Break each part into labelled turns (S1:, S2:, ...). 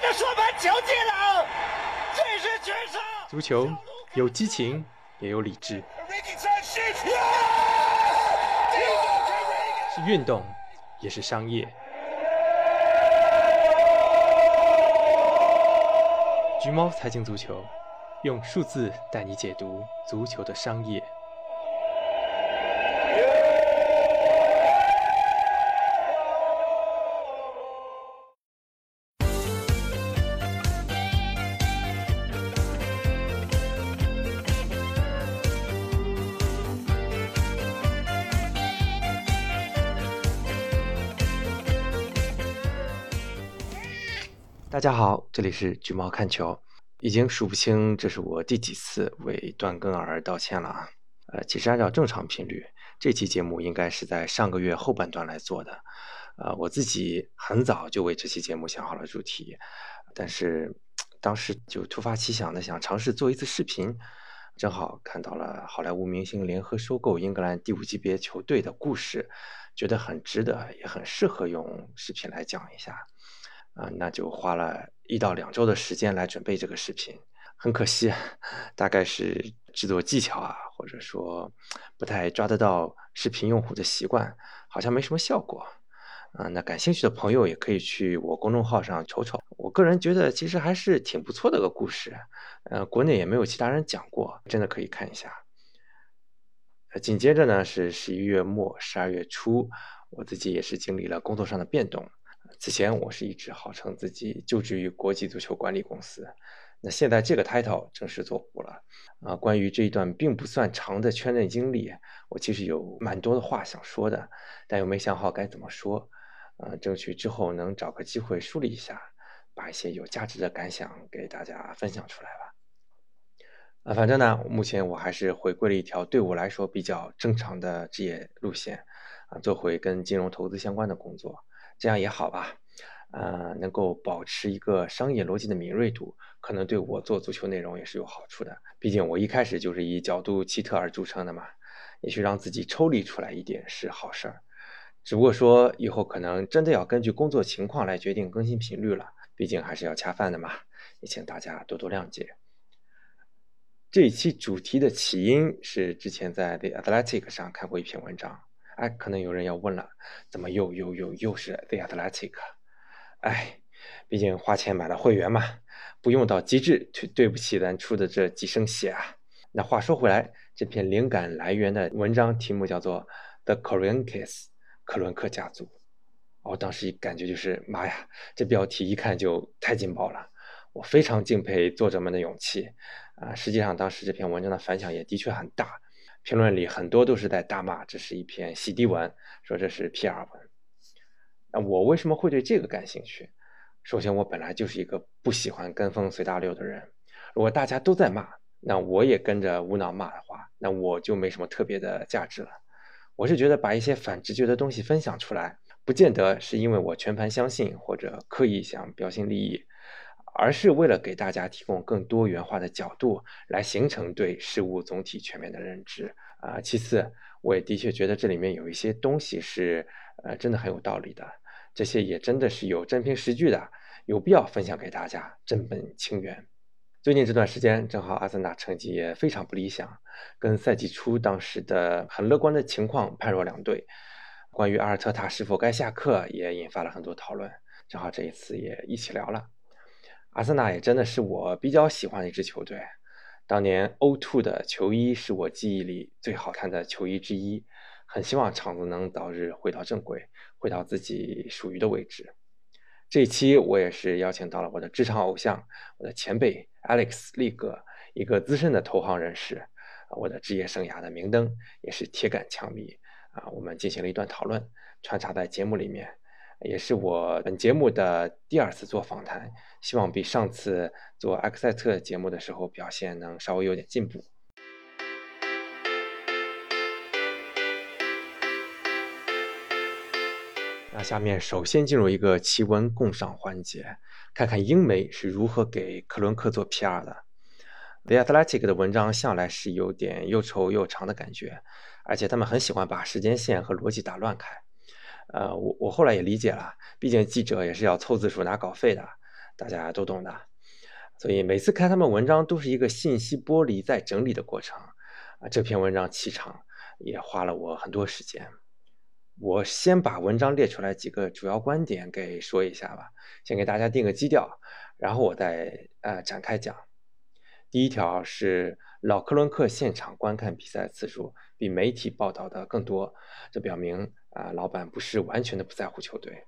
S1: 的说盘球技能，啊这是全场
S2: 足球有激情，也有理智，
S1: 啊
S2: 是运动，也是商业。橘猫财经足球，用数字带你解读足球的商业。大家好，这里是橘猫看球，已经数不清这是我第几次为断更而道歉了啊。呃，其实按照正常频率，这期节目应该是在上个月后半段来做的。呃，我自己很早就为这期节目想好了主题，但是当时就突发奇想的想尝试做一次视频，正好看到了好莱坞明星联合收购英格兰第五级别球队的故事，觉得很值得，也很适合用视频来讲一下。啊、呃，那就花了一到两周的时间来准备这个视频，很可惜，大概是制作技巧啊，或者说不太抓得到视频用户的习惯，好像没什么效果。啊、呃，那感兴趣的朋友也可以去我公众号上瞅瞅。我个人觉得其实还是挺不错的个故事，呃，国内也没有其他人讲过，真的可以看一下。呃，紧接着呢是十一月末、十二月初，我自己也是经历了工作上的变动。此前我是一直号称自己就职于国际足球管理公司，那现在这个 title 正式做糊了啊！关于这一段并不算长的圈内经历，我其实有蛮多的话想说的，但又没想好该怎么说，呃，争取之后能找个机会梳理一下，把一些有价值的感想给大家分享出来吧。啊，反正呢，目前我还是回归了一条对我来说比较正常的职业路线啊，做回跟金融投资相关的工作。这样也好吧，呃，能够保持一个商业逻辑的敏锐度，可能对我做足球内容也是有好处的。毕竟我一开始就是以角度奇特而著称的嘛，也许让自己抽离出来一点是好事儿。只不过说以后可能真的要根据工作情况来决定更新频率了，毕竟还是要恰饭的嘛，也请大家多多谅解。这一期主题的起因是之前在 The Athletic 上看过一篇文章。哎，可能有人要问了，怎么又又又又是 The Athletic？哎，毕竟花钱买了会员嘛，不用到极致，对对不起咱出的这几升血啊。那话说回来，这篇灵感来源的文章题目叫做《The Korean Case》克伦克家族。我、哦、当时感觉就是妈呀，这标题一看就太劲爆了。我非常敬佩作者们的勇气啊！实际上，当时这篇文章的反响也的确很大。评论里很多都是在大骂，这是一篇洗地文，说这是 PR 文。那我为什么会对这个感兴趣？首先，我本来就是一个不喜欢跟风随大流的人。如果大家都在骂，那我也跟着无脑骂的话，那我就没什么特别的价值了。我是觉得把一些反直觉的东西分享出来，不见得是因为我全盘相信或者刻意想标新立异，而是为了给大家提供更多元化的角度，来形成对事物总体全面的认知啊、呃。其次，我也的确觉得这里面有一些东西是呃真的很有道理的，这些也真的是有真凭实据的，有必要分享给大家，正本清源。最近这段时间，正好阿森纳成绩也非常不理想，跟赛季初当时的很乐观的情况判若两队。关于阿尔特塔是否该下课，也引发了很多讨论，正好这一次也一起聊了。阿森纳也真的是我比较喜欢的一支球队。当年 O2 的球衣是我记忆里最好看的球衣之一，很希望场子能早日回到正轨，回到自己属于的位置。这一期我也是邀请到了我的职场偶像，我的前辈 Alex 力哥，一个资深的投行人士，我的职业生涯的明灯，也是铁杆枪迷啊。我们进行了一段讨论，穿插在节目里面。也是我本节目的第二次做访谈，希望比上次做埃克塞特节目的时候表现能稍微有点进步。那下面首先进入一个奇闻共赏环节，看看英媒是如何给克伦克做 PR 的。The Athletic 的文章向来是有点又臭又长的感觉，而且他们很喜欢把时间线和逻辑打乱开。呃，我我后来也理解了，毕竟记者也是要凑字数拿稿费的。大家都懂的。所以每次看他们文章都是一个信息剥离再整理的过程啊。这篇文章起长，也花了我很多时间。我先把文章列出来几个主要观点给说一下吧，先给大家定个基调，然后我再呃展开讲。第一条是老克伦克现场观看比赛次数比媒体报道的更多，这表明啊、老板不是完全的不在乎球队。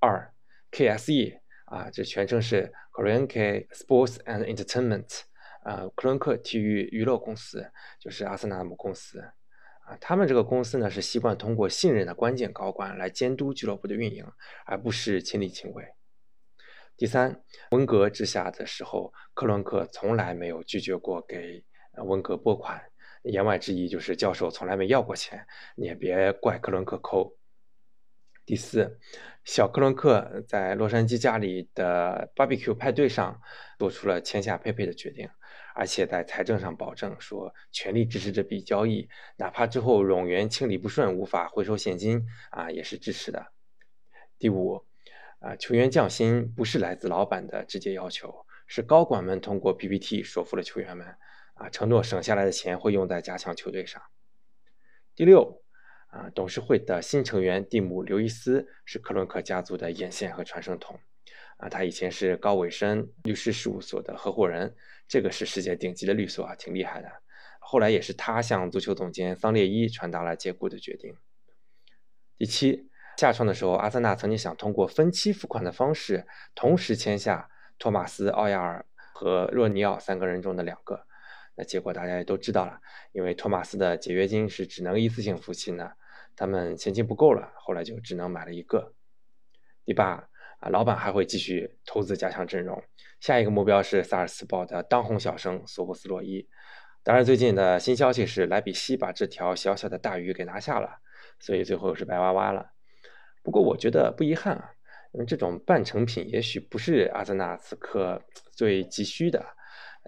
S2: 二，KSE 啊、这全称是 Korenke Sports and Entertainment 啊、克伦克体育娱乐公司，就是阿森纳母公司。啊，他们这个公司呢是习惯通过信任的关键高管来监督俱乐部的运营，而不是亲力亲为。第三，温格治下的时候，克伦克从来没有拒绝过给呃温格拨款，言外之意就是教授从来没要过钱，你也别怪克伦克抠。第四，小克伦克在洛杉矶家里的 barbecue 派对上做出了签下佩佩的决定，而且在财政上保证说全力支持这笔交易，哪怕之后冗员清理不顺，无法回收现金啊，也是支持的。第五，啊，球员降薪不是来自老板的直接要求，是高管们通过 PPT 说服了球员们，啊，承诺省下来的钱会用在加强球队上。第六，啊，董事会的新成员蒂姆·刘易斯是克伦克家族的眼线和传声筒，啊，他以前是高伟生律师事务所的合伙人，这个是世界顶级的律所啊，挺厉害的。后来也是他向足球总监桑列伊传达了解雇的决定。第七，下窗的时候，阿森纳曾经想通过分期付款的方式，同时签下托马斯·奥亚尔和若尼奥三个人中的两个。那结果大家也都知道了，因为托马斯的解约金是只能一次性付清的，他们现金不够了，后来就只能买了一个。第八啊，老板还会继续投资加强阵容，下一个目标是萨尔茨堡的当红小生索博斯洛伊。当然，最近的新消息是莱比锡把这条小小的大鱼给拿下了，所以最后是白哇哇了。不过我觉得不遗憾啊，因为这种半成品也许不是阿森纳此刻最急需的，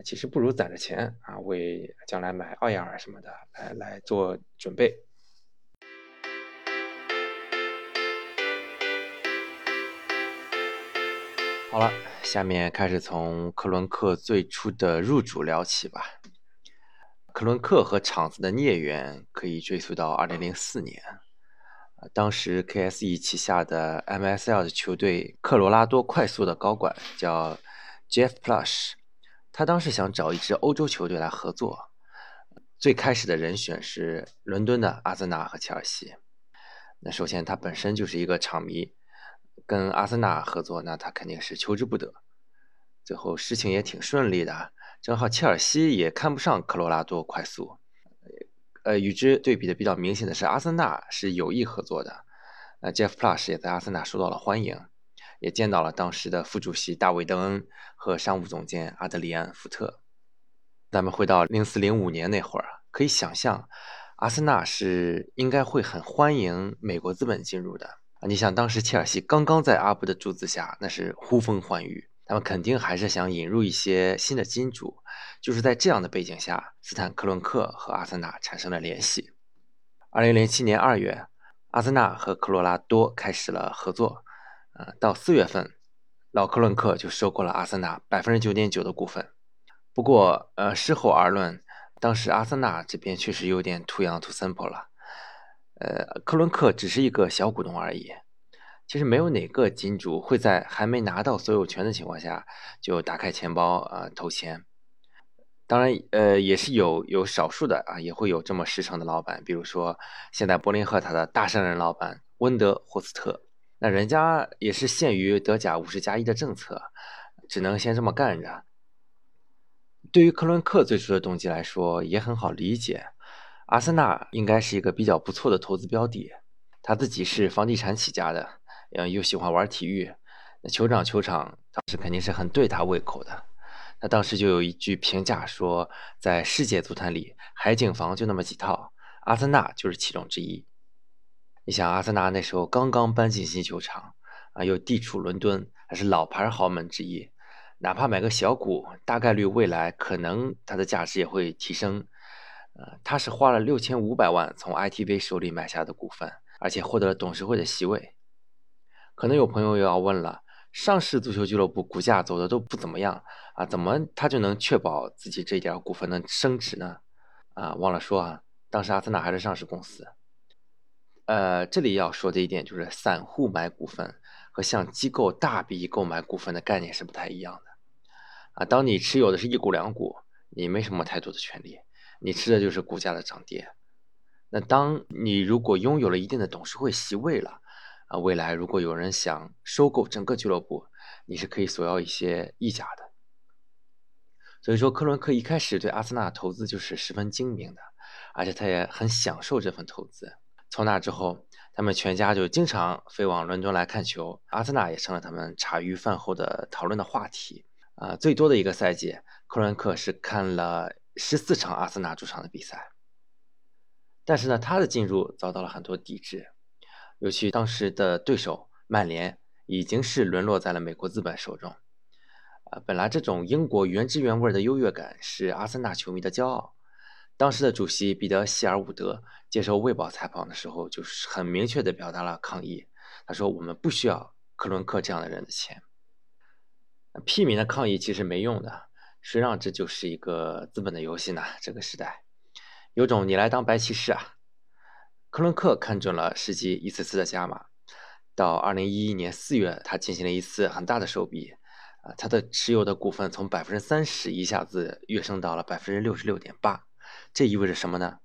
S2: 其实不如攒着钱啊，为将来买奥亚尔什么的来来做准备。好了，下面开始从克伦克最初的入主聊起吧。克伦克和厂子的孽缘可以追溯到2004年，啊当时 KSE 旗下的 MSL 的球队科罗拉多快速的高管叫 Jeff Plush，他当时想找一支欧洲球队来合作，最开始的人选是伦敦的阿森纳和切尔西。那首先他本身就是一个场迷，跟阿森纳合作，那他肯定是求之不得。最后事情也挺顺利的，啊正好切尔西也看不上科罗拉多快速。呃，与之对比的比较明显的是，阿森纳是有意合作的。那 Jeff Plush 也在阿森纳受到了欢迎，也见到了当时的副主席大卫·邓恩和商务总监阿德里安·福特。咱们回到零四零五年那会儿，啊可以想象，阿森纳是应该会很欢迎美国资本进入的。啊你想，当时切尔西刚刚在阿布的注资下，那是呼风唤雨，他们肯定还是想引入一些新的金主。就是在这样的背景下，斯坦克伦克和阿森纳产生了联系。二零零七年二月，阿森纳和科罗拉多开始了合作。呃，到四月份，老克伦克就收购了阿森纳百分之九点九的股份。不过，呃，事后而论，当时阿森纳这边确实有点 too young too simple 了。呃，克伦克只是一个小股东而已。其实没有哪个金主会在还没拿到所有权的情况下就打开钱包啊、呃、投钱。当然，呃，也是有有少数的啊，也会有这么实诚的老板，比如说现在柏林赫塔的大善人老板温德霍斯特，那人家也是限于德甲五十加一的政策，只能先这么干着。对于克伦克最初的动机来说，也很好理解，阿森纳应该是一个比较不错的投资标的。他自己是房地产起家的，嗯，又喜欢玩体育，那酋长球场当时肯定是很对他胃口的。他当时就有一句评价说，在世界足坛里，海景房就那么几套，阿森纳就是其中之一。你想，阿森纳那时候刚刚搬进新球场，啊，又地处伦敦，还是老牌豪门之一，哪怕买个小股，大概率未来可能它的价值也会提升。呃，他是花了六千五百万从 ITV 手里买下的股份，而且获得了董事会的席位。可能有朋友又要问了，上市足球俱乐部股价走的都不怎么样啊，怎么他就能确保自己这点股份的升值呢？啊，忘了说啊，当时阿森纳还是上市公司。呃，这里要说的一点就是，散户买股份和向机构大笔购买股份的概念是不太一样的。啊，当你持有的是一股两股，你没什么太多的权利，你吃的就是股价的涨跌。那当你如果拥有了一定的董事会席位了，啊，未来如果有人想收购整个俱乐部，你是可以索要一些溢价的。所以说，克伦克一开始对阿森纳投资就是十分精明的，而且他也很享受这份投资。从那之后，他们全家就经常飞往伦敦来看球，阿森纳也成了他们茶余饭后的讨论的话题。啊、呃，最多的一个赛季，克伦克是看了十四场阿森纳主场的比赛。但是呢，他的进入遭到了很多抵制，尤其当时的对手曼联已经是沦落在了美国资本手中。啊、呃，本来这种英国原汁原味的优越感是阿森纳球迷的骄傲。当时的主席彼得·希尔伍德接受《卫报》采访的时候，就是很明确地表达了抗议。他说：“我们不需要克伦克这样的人的钱。”屁民的抗议其实没用的，谁让这就是一个资本的游戏呢？这个时代，有种你来当白骑士啊！克伦克看准了时机，一次次的加码。到二零一一年四月，他进行了一次很大的收笔，啊、呃，他的持有的股份从百分之三十一下子跃升到了百分之六十六点八。这意味着什么呢？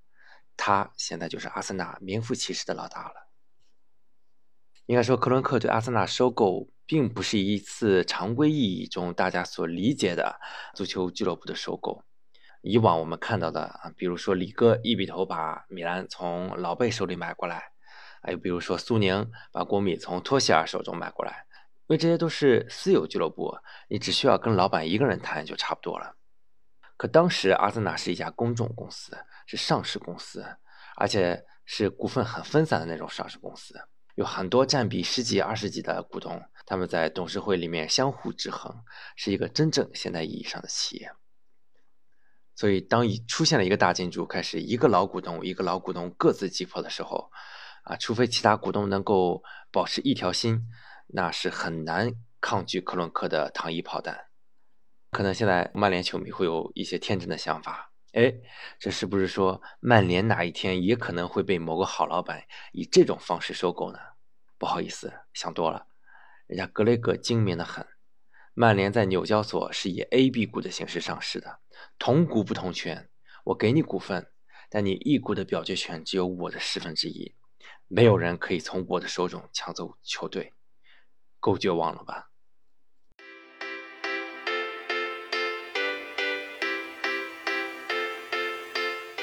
S2: 他现在就是阿森纳名副其实的老大了。应该说，克伦克对阿森纳收购并不是一次常规意义中大家所理解的足球俱乐部的收购。以往我们看到的啊，比如说李哥一笔头把米兰从老贝手里买过来，还有比如说苏宁把国米从托希尔手中买过来，因为这些都是私有俱乐部，你只需要跟老板一个人谈就差不多了。可当时，阿森纳是一家公众公司，是上市公司，而且是股份很分散的那种上市公司，有很多占比十几、二十几的股东，他们在董事会里面相互制衡，是一个真正现代意义上的企业。所以，当一出现了一个大金主开始一个老股东一个老股东各自击破的时候，啊，除非其他股东能够保持一条心，那是很难抗拒克伦克的糖衣炮弹。可能现在曼联球迷会有一些天真的想法，哎，这是不是说曼联哪一天也可能会被某个好老板以这种方式收购呢？不好意思，想多了，人家格雷格精明的很。曼联在纽交所是以 A、B 股的形式上市的，同股不同权。我给你股份，但你一股的表决权只有我的十分之一，没有人可以从我的手中抢走球队，够绝望了吧？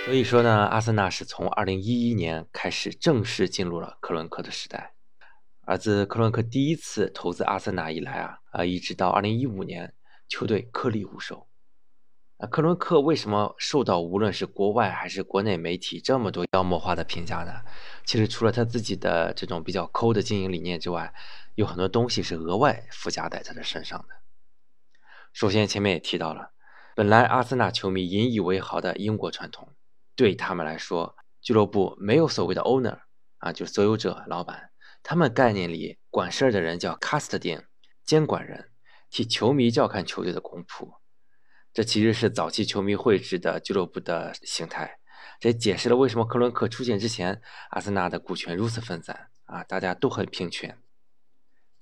S2: 所以说呢，阿森纳是从二零一一年开始正式进入了克伦克的时代。而自克伦克第一次投资阿森纳以来啊，啊，一直到二零一五年，球队颗粒无收。啊，克伦克为什么受到无论是国外还是国内媒体这么多妖魔化的评价呢？其实除了他自己的这种比较抠的经营理念之外，有很多东西是额外附加在他的身上的。首先，前面也提到了，本来阿森纳球迷引以为豪的英国传统。对他们来说，俱乐部没有所谓的 owner 啊，就是所有者、老板。他们概念里管事儿的人叫 custodian，监管人，替球迷照看球队的公仆。这其实是早期球迷会制的俱乐部的形态。这解释了为什么克伦克出现之前，阿森纳的股权如此分散啊，大家都很平权。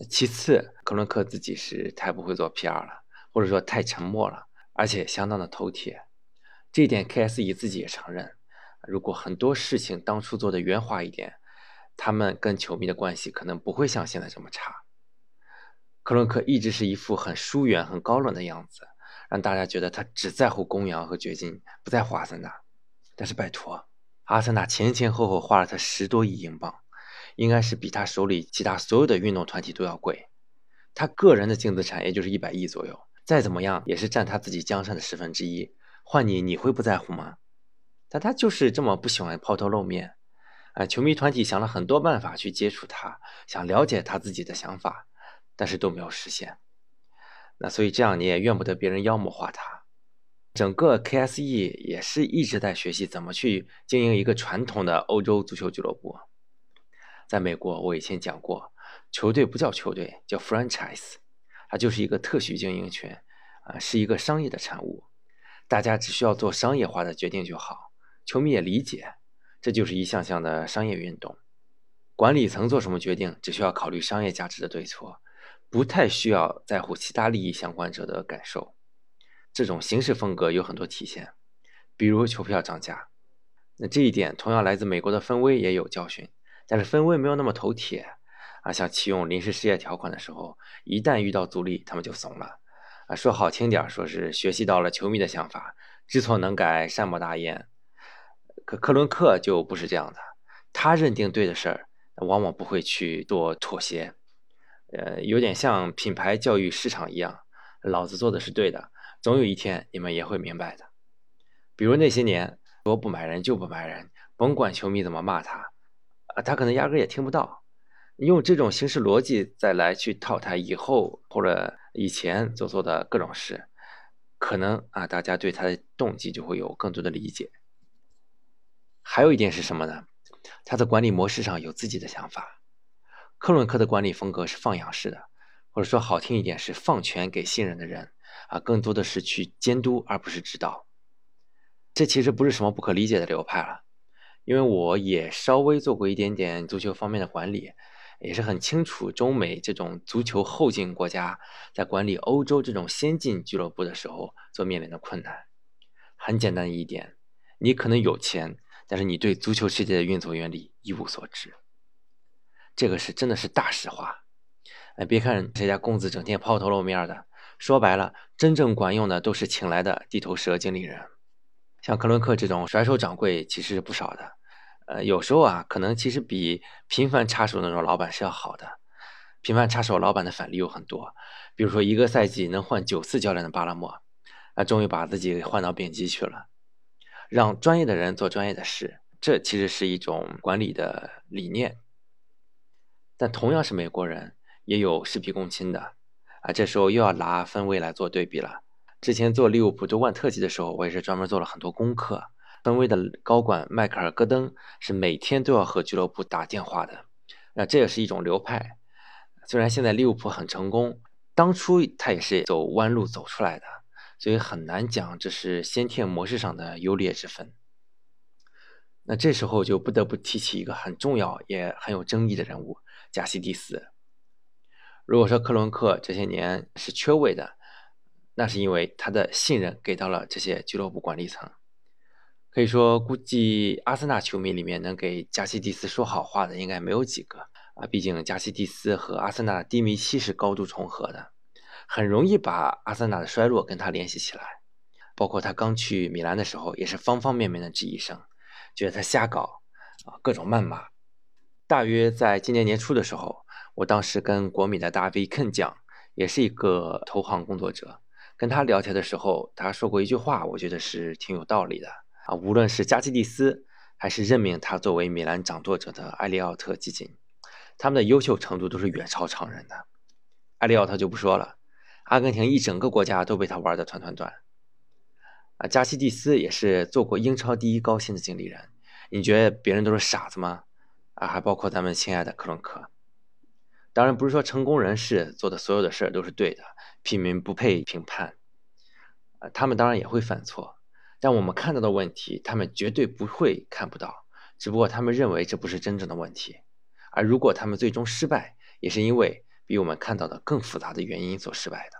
S2: 其次，克伦克自己是太不会做 PR 了，或者说太沉默了，而且相当的头铁。这一点，KSE 自己也承认。如果很多事情当初做的圆滑一点，他们跟球迷的关系可能不会像现在这么差。克伦克一直是一副很疏远、很高冷的样子，让大家觉得他只在乎公羊和掘金，不在乎阿森纳。但是拜托，阿森纳前前后后花了他十多亿英镑，应该是比他手里其他所有的运动团体都要贵。他个人的净资产也就是一百亿左右，再怎么样也是占他自己江山的十分之一。换你，你会不在乎吗？但他就是这么不喜欢抛头露面，啊，球迷团体想了很多办法去接触他，想了解他自己的想法，但是都没有实现。那所以这样你也怨不得别人妖魔化他。整个 KSE 也是一直在学习怎么去经营一个传统的欧洲足球俱乐部。在美国，我以前讲过，球队不叫球队，叫 franchise，它就是一个特许经营权，啊、是一个商业的产物，大家只需要做商业化的决定就好，球迷也理解，这就是一项项的商业运动。管理层做什么决定，只需要考虑商业价值的对错，不太需要在乎其他利益相关者的感受。这种行事风格有很多体现，比如球票涨价。那这一点同样来自美国的芬威也有教训，但是芬威没有那么头铁啊。像启用临时失业条款的时候，一旦遇到阻力，他们就怂了啊。说好听点儿，说是学习到了球迷的想法，知错能改，善莫大焉。可克伦克就不是这样的，他认定对的事儿，往往不会去做妥协。呃，有点像品牌教育市场一样，老子做的是对的，总有一天你们也会明白的。比如那些年，说不买人就不买人，甭管球迷怎么骂他，啊，他可能压根儿也听不到。用这种形式逻辑再来去套他以后或者以前所做的各种事，可能啊，大家对他的动机就会有更多的理解。还有一点是什么呢？他在管理模式上有自己的想法。克伦克的管理风格是放养式的，或者说好听一点是放权给信任的人啊，更多的是去监督而不是指导。这其实不是什么不可理解的流派了，因为我也稍微做过一点点足球方面的管理，也是很清楚中美这种足球后进国家在管理欧洲这种先进俱乐部的时候所面临的困难。很简单一点，你可能有钱，但是你对足球世界的运作原理一无所知，这个是真的是大实话。哎，别看谁家公子整天抛头露面的，说白了，真正管用的都是请来的地头蛇经理人。像克伦克这种甩手掌柜其实是不少的，呃，有时候啊，可能其实比频繁插手那种老板是要好的。频繁插手老板的反例有很多，比如说一个赛季能换九次教练的巴拉莫，啊，终于把自己换到丙级去了。让专业的人做专业的事，这其实是一种管理的理念。但同样是美国人，也有事必躬亲的，啊，这时候又要拿分位来做对比了。之前做利物浦夺冠特辑的时候，我也是专门做了很多功课。分威的高管迈克尔·戈登是每天都要和俱乐部打电话的，那这也是一种流派。虽然现在利物浦很成功，当初他也是走弯路走出来的，所以很难讲这是先天模式上的优劣之分。那这时候就不得不提起一个很重要也很有争议的人物——加西蒂斯。如果说克伦克这些年是缺位的，那是因为他的信任给到了这些俱乐部管理层，可以说，估计阿森纳球迷里面能给加西蒂斯说好话的应该没有几个啊。毕竟加西蒂斯和阿森纳低迷期是高度重合的，很容易把阿森纳的衰落跟他联系起来。包括他刚去米兰的时候，也是方方面面的质疑声，觉得他瞎搞啊，各种谩骂。大约在今年年初的时候，我当时跟国米的大 V Ken 讲，也是一个投行工作者。跟他聊天的时候，他说过一句话，我觉得是挺有道理的啊。无论是加基蒂斯，还是任命他作为米兰掌舵者的埃利奥特基金，他们的优秀程度都是远超常人的。埃利奥特就不说了，阿根廷一整个国家都被他玩得团团转。啊，加西蒂斯也是做过英超第一高薪的经理人，你觉得别人都是傻子吗？啊，还包括咱们亲爱的克伦克。当然不是说成功人士做的所有的事儿都是对的，平民不配评判，啊，他们当然也会犯错，但我们看到的问题，他们绝对不会看不到，只不过他们认为这不是真正的问题，而如果他们最终失败，也是因为比我们看到的更复杂的原因所失败的。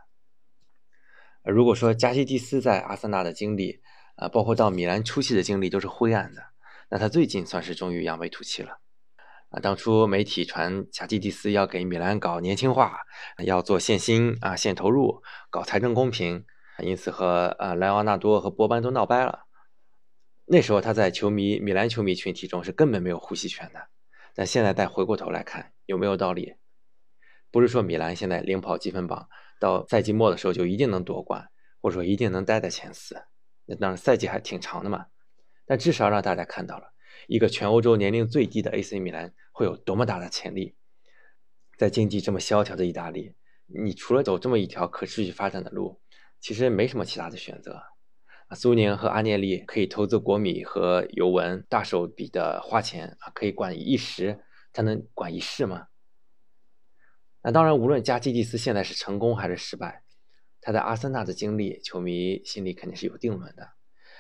S2: 而如果说加西蒂斯在阿森纳的经历，啊，包括到米兰初期的经历都是灰暗的，那他最近算是终于扬眉吐气了。啊，当初媒体传加基蒂斯要给米兰搞年轻化，要做限薪啊、限投入，搞财政公平，因此和呃莱昂纳多和博班都闹掰了。那时候他在球迷米兰球迷群体中是根本没有呼吸权的。但现在再回过头来看，有没有道理？不是说米兰现在领跑积分榜，到赛季末的时候就一定能夺冠，或者说一定能待在前四。那当然赛季还挺长的嘛，但至少让大家看到了。一个全欧洲年龄最低的 AC 米兰会有多么大的潜力？在经济这么萧条的意大利，你除了走这么一条可持续发展的路，其实没什么其他的选择。啊，苏宁和阿涅利可以投资国米和尤文，大手笔的花钱啊，可以管一时，他能管一世吗？那当然，无论加基蒂斯现在是成功还是失败，他在阿森纳的经历，球迷心里肯定是有定论的。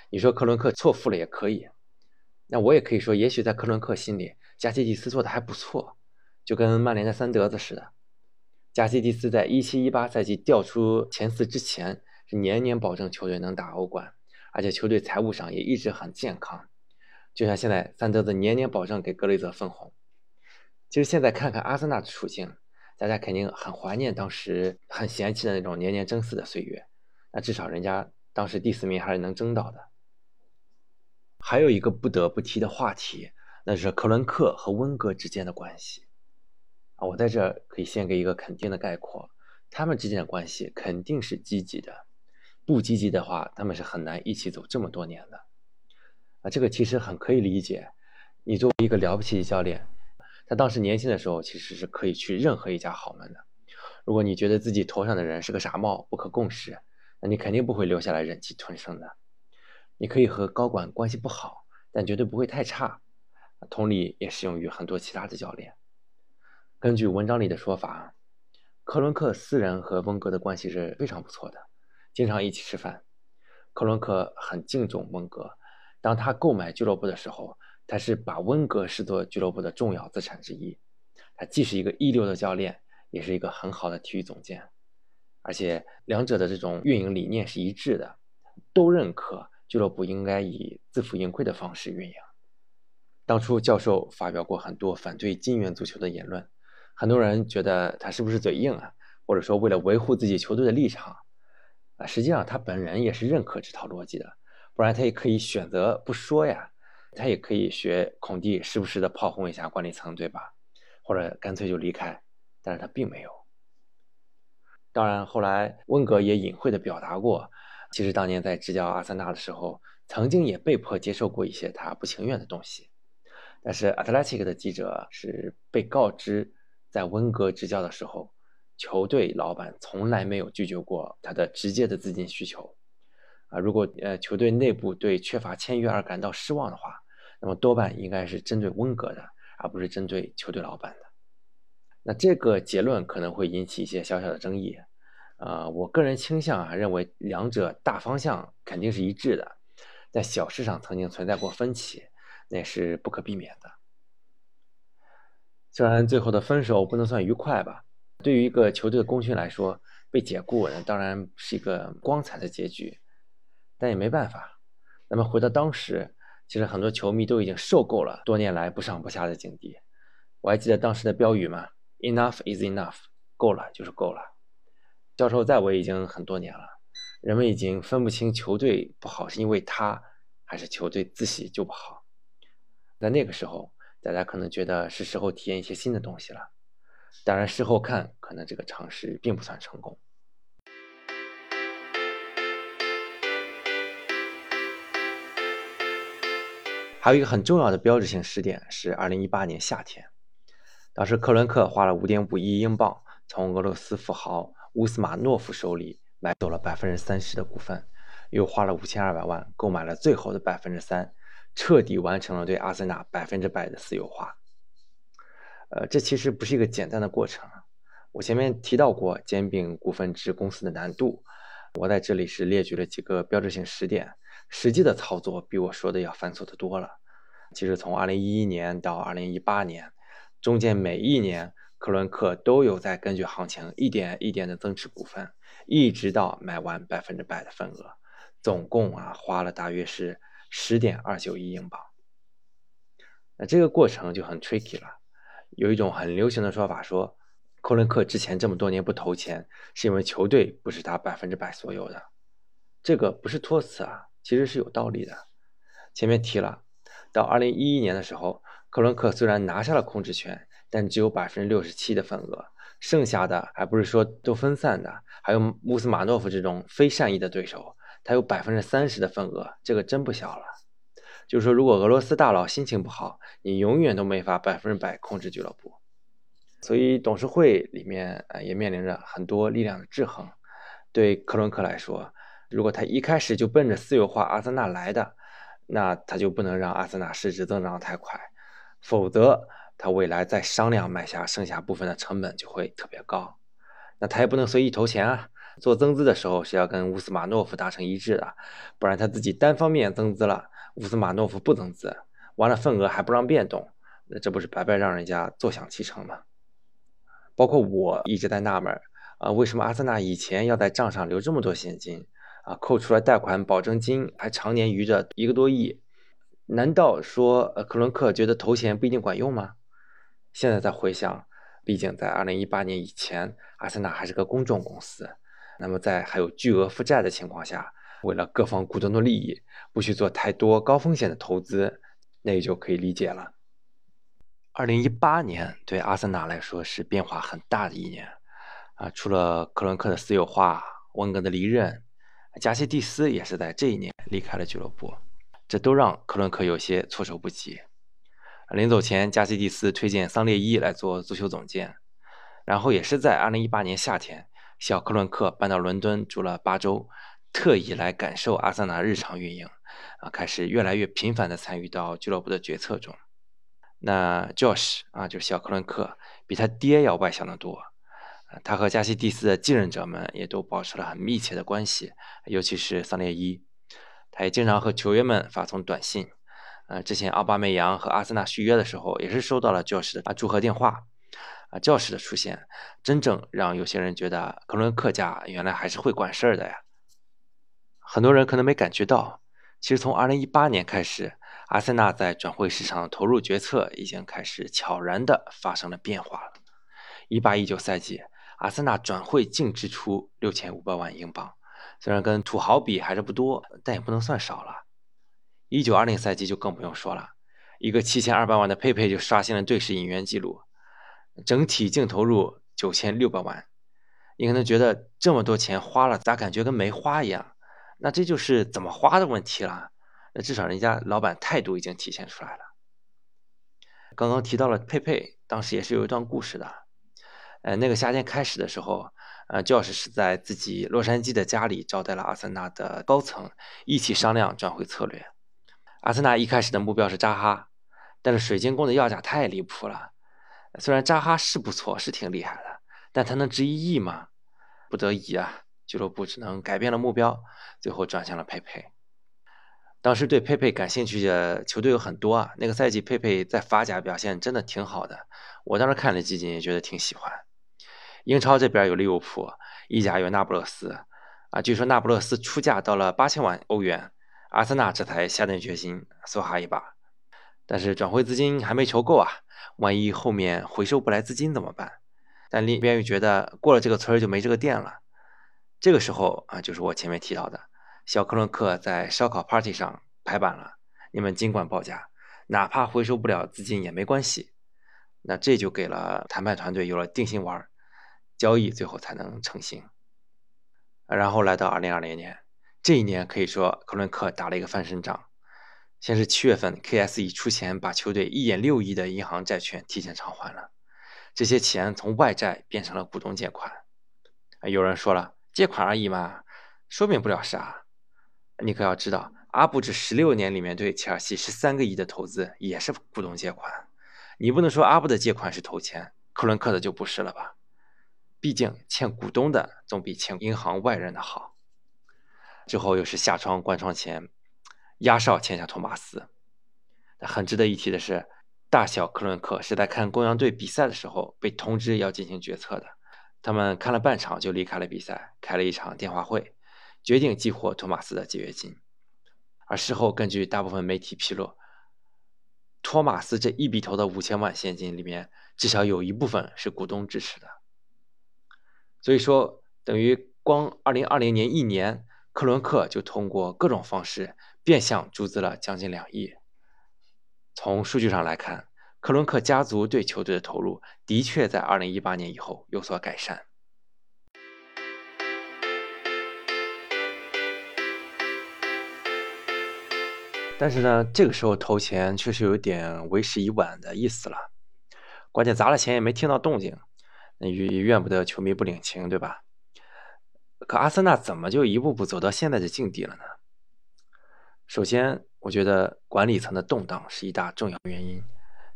S2: 你说克伦克错付了也可以，那我也可以说，也许在克伦克心里，加基蒂斯做的还不错，就跟曼联的三德子似的。加西蒂斯在一七一八赛季调出前四之前，是年年保证球队能打欧冠，而且球队财务上也一直很健康。就像现在三德子年年保证给格雷泽分红。其实现在看看阿森纳的处境，大家肯定很怀念当时很嫌弃的那种年年争四的岁月。那至少人家当时第四名还是能争到的。还有一个不得不提的话题，那是克伦克和温格之间的关系。啊，我在这儿可以先给一个肯定的概括，他们之间的关系肯定是积极的，不积极的话，他们是很难一起走这么多年的。啊，这个其实很可以理解。你作为一个了不起的教练，他当时年轻的时候其实是可以去任何一家豪门的。如果你觉得自己头上的人是个傻帽，不可共识，那你肯定不会留下来忍气吞声的。你可以和高管关系不好，但绝对不会太差。同理也适用于很多其他的教练。根据文章里的说法，克伦克私人和温格的关系是非常不错的，经常一起吃饭。克伦克很敬重温格，当他购买俱乐部的时候，他是把温格视作俱乐部的重要资产之一。他既是一个一流的教练，也是一个很好的体育总监，而且两者的这种运营理念是一致的，都认可俱乐部应该以自负盈亏的方式运营。当初教授发表过很多反对金元足球的言论。很多人觉得他是不是嘴硬啊，或者说为了维护自己球队的立场啊，实际上他本人也是认可这套逻辑的，不然他也可以选择不说呀，他也可以学孔蒂时不时的炮轰一下管理层，对吧？或者干脆就离开，但是他并没有。当然，后来温格也隐晦的表达过，其实当年在执教阿森纳的时候，曾经也被迫接受过一些他不情愿的东西，但是 Athletic 的记者是被告知。在温格执教的时候，球队老板从来没有拒绝过他的直接的资金需求。啊，如果呃球队内部对缺乏签约而感到失望的话，那么多半应该是针对温格的，而不是针对球队老板的。那这个结论可能会引起一些小小的争议。啊、呃，我个人倾向啊认为两者大方向肯定是一致的，在小事上曾经存在过分歧，那是不可避免的。虽然最后的分手不能算愉快吧，对于一个球队的功勋来说，被解雇呢当然是一个光彩的结局，但也没办法。那么回到当时，其实很多球迷都已经受够了多年来不上不下的境地。我还记得当时的标语嘛，“Enough is enough”，够了就是够了。教授在我已经很多年了，人们已经分不清球队不好是因为他，还是球队自己就不好。在那个时候。大家可能觉得是时候体验一些新的东西了，当然事后看，可能这个尝试并不算成功。还有一个很重要的标志性时点是2018年夏天，当时克伦克花了5.5亿英镑从俄罗斯富豪乌斯马诺夫手里买走了30%的股份，又花了5200万购买了最后的3%。彻底完成了对阿森纳百分之百的私有化。呃，这其实不是一个简单的过程。啊我前面提到过兼并股份制公司的难度，我在这里是列举了几个标志性时点，实际的操作比我说的要繁琐的多了。其实从2011年到2018年，中间每一年克伦克都有在根据行情一点一点的增持股份，一直到买完百分之百的份额，总共啊花了大约是。十点二九亿英镑，那这个过程就很 tricky 了。有一种很流行的说法说，克伦克之前这么多年不投钱，是因为球队不是他百分之百所有的。这个不是托词啊，其实是有道理的。前面提了，到二零一一年的时候，克伦克虽然拿下了控制权，但只有百分之六十七的份额，剩下的还不是说都分散的，还有穆斯马诺夫这种非善意的对手。他有百分之三十的份额，这个真不小了。就是说，如果俄罗斯大佬心情不好，你永远都没法百分之百控制俱乐部。所以董事会里面啊也面临着很多力量的制衡。对克伦克来说，如果他一开始就奔着私有化阿森纳来的，那他就不能让阿森纳市值增长太快，否则他未来再商量买下剩下部分的成本就会特别高。那他也不能随意投钱啊，做增资的时候是要跟乌斯马诺夫达成一致的，不然他自己单方面增资了，乌斯马诺夫不增资，完了份额还不让变动，那这不是白白让人家坐享其成吗？包括我一直在纳闷儿啊，为什么阿森纳以前要在账上留这么多现金啊？扣除了贷款、保证金，还常年余着一个多亿，难道说呃克伦克觉得投钱不一定管用吗？现在再回想，毕竟在二零一八年以前，阿森纳还是个公众公司，那么在还有巨额负债的情况下，为了各方股东的利益，不去做太多高风险的投资，那也就可以理解了。二零一八年对阿森纳来说是变化很大的一年啊，除了克伦克的私有化、温格的离任，加西蒂斯也是在这一年离开了俱乐部，这都让克伦克有些措手不及。临走前，加西蒂斯推荐桑列伊来做足球总监，然后也是在二零一八年夏天，小克伦克搬到伦敦住了八周，特意来感受阿森纳日常运营啊，开始越来越频繁地参与到俱乐部的决策中。那 Josh 啊，就是小克伦克，比他爹要外向的多。啊他和加西蒂斯的继任者们也都保持了很密切的关系，尤其是桑列伊，他也经常和球员们发送短信。呃，之前奥巴梅扬和阿森纳续约的时候，也是收到了 Josh 的啊祝贺电话。啊，Josh 的出现，真正让有些人觉得啊克伦克家原来还是会管事儿的呀。很多人可能没感觉到，其实从二零一八年开始，阿森纳在转会市场投入决策已经开始悄然地发生了变化了。一八一九赛季，阿森纳转会净支出六千五百万英镑，虽然跟土豪比还是不多，但也不能算少了。一九二零赛季就更不用说了，一个七千二百万的佩佩就刷新了队史引援记录，整体净投入九千六百万。你可能觉得这么多钱花了，咋感觉跟没花一样？那这就是怎么花的问题了。那至少人家老板态度已经体现出来了。刚刚提到了佩佩，当时也是有一段故事的。呃，那个夏天开始的时候，呃，Josh 是在自己洛杉矶的家里招待了阿森纳的高层，一起商量转会策略。阿森纳一开始的目标是扎哈，但是水晶宫的要价太离谱了。虽然扎哈是不错，是挺厉害的，但他能值一亿吗？不得已啊，俱乐部只能改变了目标，最后转向了佩佩。当时对佩佩感兴趣的球队有很多啊，那个赛季佩佩在法甲表现真的挺好的，我当时看了几集也觉得挺喜欢。英超这边有利物浦，意甲有那不勒斯，啊，据说那不勒斯出价到了八千万欧元，阿森纳这才下定决心梭哈一把。但是转会资金还没筹够啊，万一后面回收不来资金怎么办？但另一边又觉得过了这个村儿就没这个店了。这个时候啊，就是我前面提到的，小克伦克在烧烤 party 上拍板了，你们尽管报价，哪怕回收不了资金也没关系。那这就给了谈判团队有了定心丸儿，交易最后才能成型。然后来到二零二零年，这一年可以说克伦克打了一个翻身仗。先是七月份，KSE 出钱把球队一点六亿的银行债券提前偿还了，这些钱从外债变成了股东借款。啊有人说了，借款而已嘛，说明不了啥。你可要知道，阿布这十六年里面对切尔西十三个亿的投资也是股东借款，你不能说阿布的借款是投钱，克伦克的就不是了吧？毕竟欠股东的总比欠银行外人的好。之后又是夏窗关窗前，压哨签下托马斯。那很值得一提的是，大小克伦克是在看公羊队比赛的时候被通知要进行决策的。他们看了半场就离开了比赛，开了一场电话会，决定激活托马斯的解约金。而事后根据大部分媒体披露，托马斯这一笔头的五千万现金里面，至少有一部分是股东支持的。所以说，等于光2020年一年，克伦克就通过各种方式变相注资了将近两亿。从数据上来看，克伦克家族对球队的投入的确在2018年以后有所改善。但是呢，这个时候投钱确实有点为时已晚的意思了。关键砸了钱也没听到动静，那也也怨不得球迷不领情，对吧？可阿森纳怎么就一步步走到现在的境地了呢？首先，我觉得管理层的动荡是一大重要原因。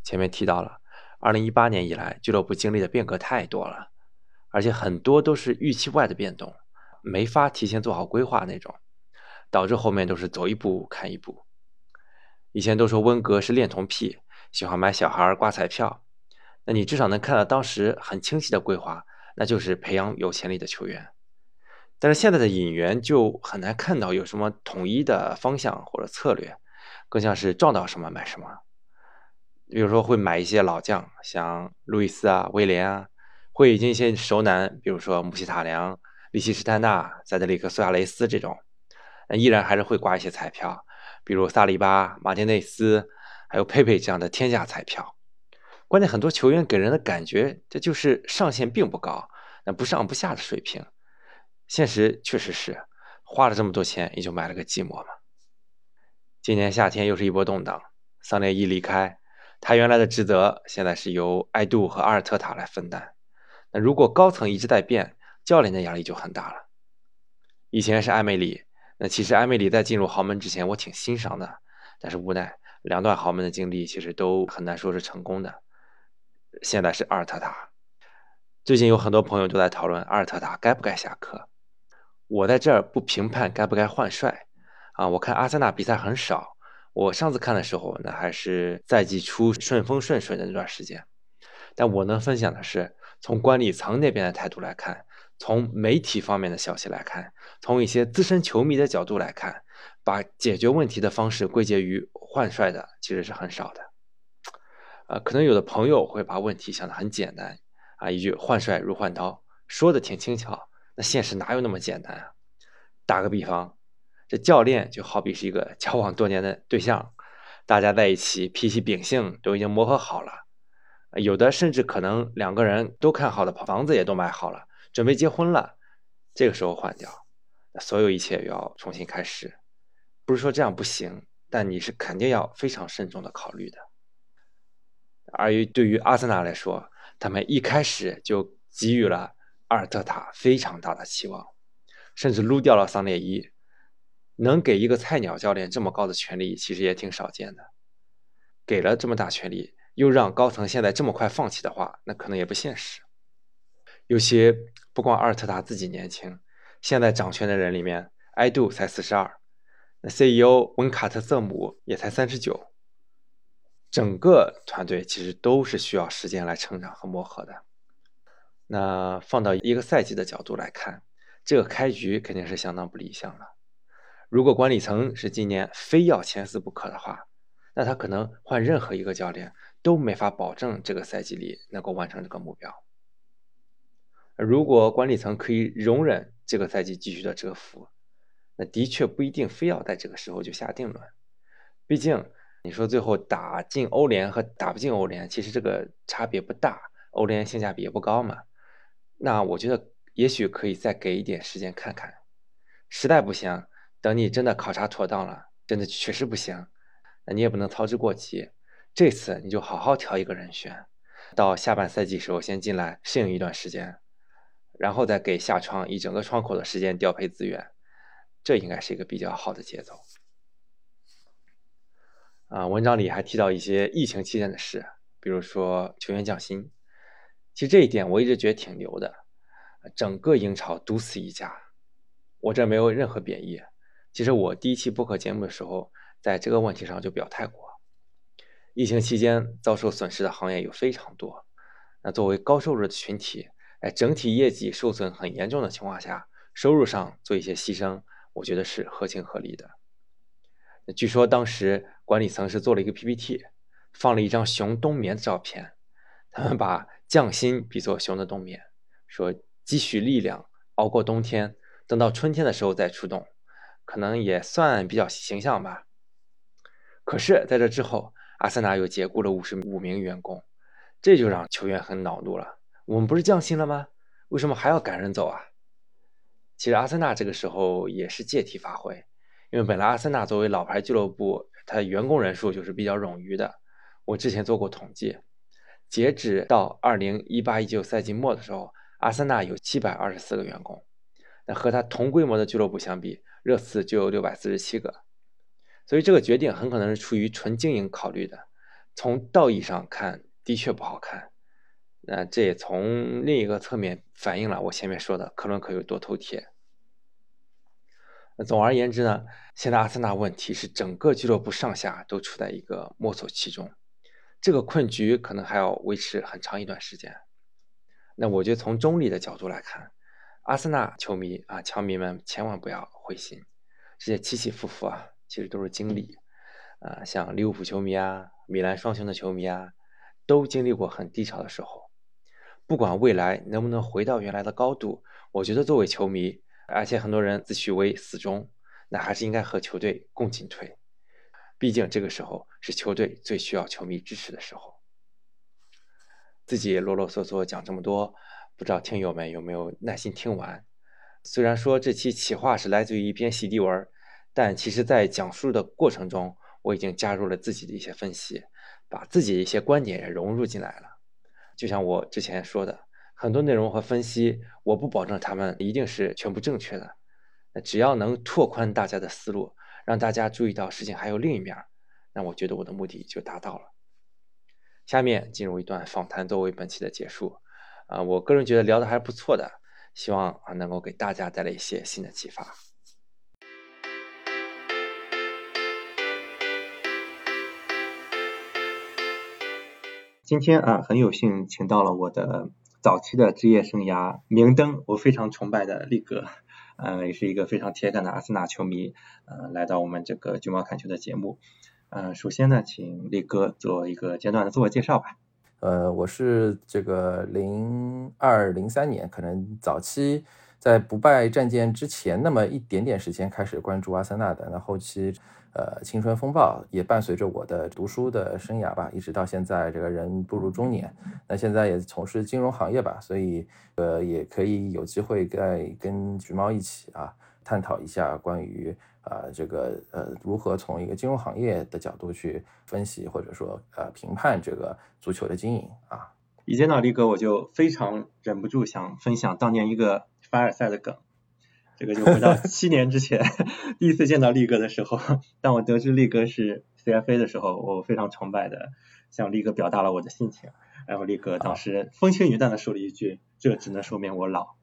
S2: 前面提到了，二零一八年以来，俱乐部经历的变革太多了，而且很多都是预期外的变动，没法提前做好规划那种，导致后面都是走一步看一步。以前都说温格是恋童癖，喜欢买小孩刮彩票，那你至少能看到当时很清晰的规划，那就是培养有潜力的球员。但是现在的引援就很难看到有什么统一的方向或者策略，更像是撞到什么买什么。比如说会买一些老将，像路易斯啊、威廉啊，会引进一些熟男，比如说穆希塔良、利希施泰纳、塞德里克·苏亚雷斯这种。那依然还是会刮一些彩票，比如萨利巴、马丁内斯，还有佩佩这样的天价彩票。关键很多球员给人的感觉，这就是上限并不高，那不上不下的水平。现实确实是，花了这么多钱，也就买了个寂寞嘛。今年夏天又是一波动荡，桑列伊离开，他原来的职责现在是由艾杜和阿尔特塔来分担。那如果高层一直在变，教练的压力就很大了。以前是埃梅里，那其实埃梅里在进入豪门之前，我挺欣赏的，但是无奈两段豪门的经历其实都很难说是成功的。现在是阿尔特塔，最近有很多朋友都在讨论阿尔特塔该不该下课。我在这儿不评判该不该换帅啊！我看阿森纳比赛很少，我上次看的时候呢，还是赛季初顺风顺水的那段时间。但我能分享的是，从管理层那边的态度来看，从媒体方面的消息来看，从一些资深球迷的角度来看，把解决问题的方式归结于换帅的其实是很少的。呃，可能有的朋友会把问题想得很简单啊，一句“换帅如换刀”，说的挺轻巧。那现实哪有那么简单啊？打个比方，这教练就好比是一个交往多年的对象，大家在一起脾气秉性都已经磨合好了，呃有的甚至可能两个人都看好了，房子也都买好了，准备结婚了，这个时候换掉，那所有一切又要重新开始。不是说这样不行，但你是肯定要非常慎重的考虑的。而于对于阿森纳来说，他们一开始就给予了。阿尔特塔非常大的期望，甚至撸掉了桑列伊，能给一个菜鸟教练这么高的权利，其实也挺少见的。给了这么大权利，又让高层现在这么快放弃的话，那可能也不现实。有些不光阿尔特塔自己年轻，现在掌权的人里面，埃杜才四十二，那 CEO 温卡特瑟姆也才三十九，整个团队其实都是需要时间来成长和磨合的。那放到一个赛季的角度来看，这个开局肯定是相当不理想了。如果管理层是今年非要签死不可的话，那他可能换任何一个教练都没法保证这个赛季里能够完成这个目标。如果管理层可以容忍这个赛季继续的蛰伏，那的确不一定非要在这个时候就下定论。毕竟你说最后打进欧联和打不进欧联，其实这个差别不大，欧联性价比也不高嘛。那我觉得也许可以再给一点时间看看，实在不行，等你真的考察妥当了，真的确实不行，那你也不能操之过急。这次你就好好挑一个人选，到下半赛季时候先进来适应一段时间，然后再给下窗一整个窗口的时间调配资源，这应该是一个比较好的节奏。啊，文章里还提到一些疫情期间的事，比如说球员降薪。其实这一点我一直觉得挺牛的，整个英超独此一家，我这没有任何贬义。其实我第一期播客节目的时候，在这个问题上就表态过。疫情期间遭受损失的行业有非常多，那作为高收入的群体，哎，整体业绩受损很严重的情况下，收入上做一些牺牲，我觉得是合情合理的。据说当时管理层是做了一个 PPT，放了一张熊冬眠的照片，他们把。匠心比作熊的冬眠，说积蓄力量，熬过冬天，等到春天的时候再出动，可能也算比较形象吧。可是，在这之后，阿森纳又解雇了五十五名员工，这就让球员很恼怒了。我们不是降薪了吗？为什么还要赶人走啊？其实，阿森纳这个时候也是借题发挥，因为本来阿森纳作为老牌俱乐部，它员工人数就是比较冗余的。我之前做过统计。截止到二零一八一九赛季末的时候，阿森纳有七百二十四个员工，那和他同规模的俱乐部相比，热刺就有六百四十七个。所以这个决定很可能是出于纯经营考虑的。从道义上看，的确不好看。那这也从另一个侧面反映了我前面说的克伦可有多头铁。那总而言之呢，现在阿森纳问题是整个俱乐部上下都处在一个摸索期中，这个困局可能还要维持很长一段时间。那我觉得从中立的角度来看，阿森纳球迷啊，球迷们千万不要灰心，这些起起伏伏啊，其实都是经历。啊，像利物浦球迷啊、米兰双雄的球迷啊，都经历过很低潮的时候。不管未来能不能回到原来的高度，我觉得作为球迷，而且很多人自诩为死忠，那还是应该和球队共进退。毕竟这个时候是球队最需要球迷支持的时候。自己啰啰嗦嗦讲这么多，不知道听友们有没有耐心听完？虽然说这期企划是来自于一篇洗地文，但其实在讲述的过程中。我已经加入了自己的一些分析，把自己的一些观点也融入进来了。就像我之前说的，很多内容和分析，我不保证他们一定是全部正确的。那只要能拓宽大家的思路，让大家注意到事情还有另一面，那我觉得我的目的就达到了。下面进入一段访谈作为本期的结束。啊、呃，我个人觉得聊的还不错的，希望啊能够给大家带来一些新的启发。今天啊，很有幸请到了我的早期的职业生涯明灯，我非常崇拜的力哥，呃，也是一个非常铁杆的阿森纳球迷，呃，来到我们这个橘猫看球的节目。呃，首先呢，请力哥做一个简短的自我介绍吧。
S3: 呃，我是这个零二零三年，可能早期在不败战舰之前那么一点点时间开始关注阿森纳的，那后期。呃，青春风暴也伴随着我的读书的生涯吧，一直到现在，这个人步入中年，那现在也从事金融行业吧，所以呃，也可以有机会再跟橘猫一起啊，探讨一下关于啊、呃、这个呃如何从一个金融行业的角度去分析或者说呃评判这个足球的经营啊。
S2: 一见到力哥，我就非常忍不住想分享当年一个凡尔赛的梗。这个就回到七年之前第一次见到力哥的时候，当我得知力哥是 CFA 的时候，我非常崇拜的向力哥表达了我的心情。然后力哥当时风轻云淡的说了一句：“这只能说明我老。”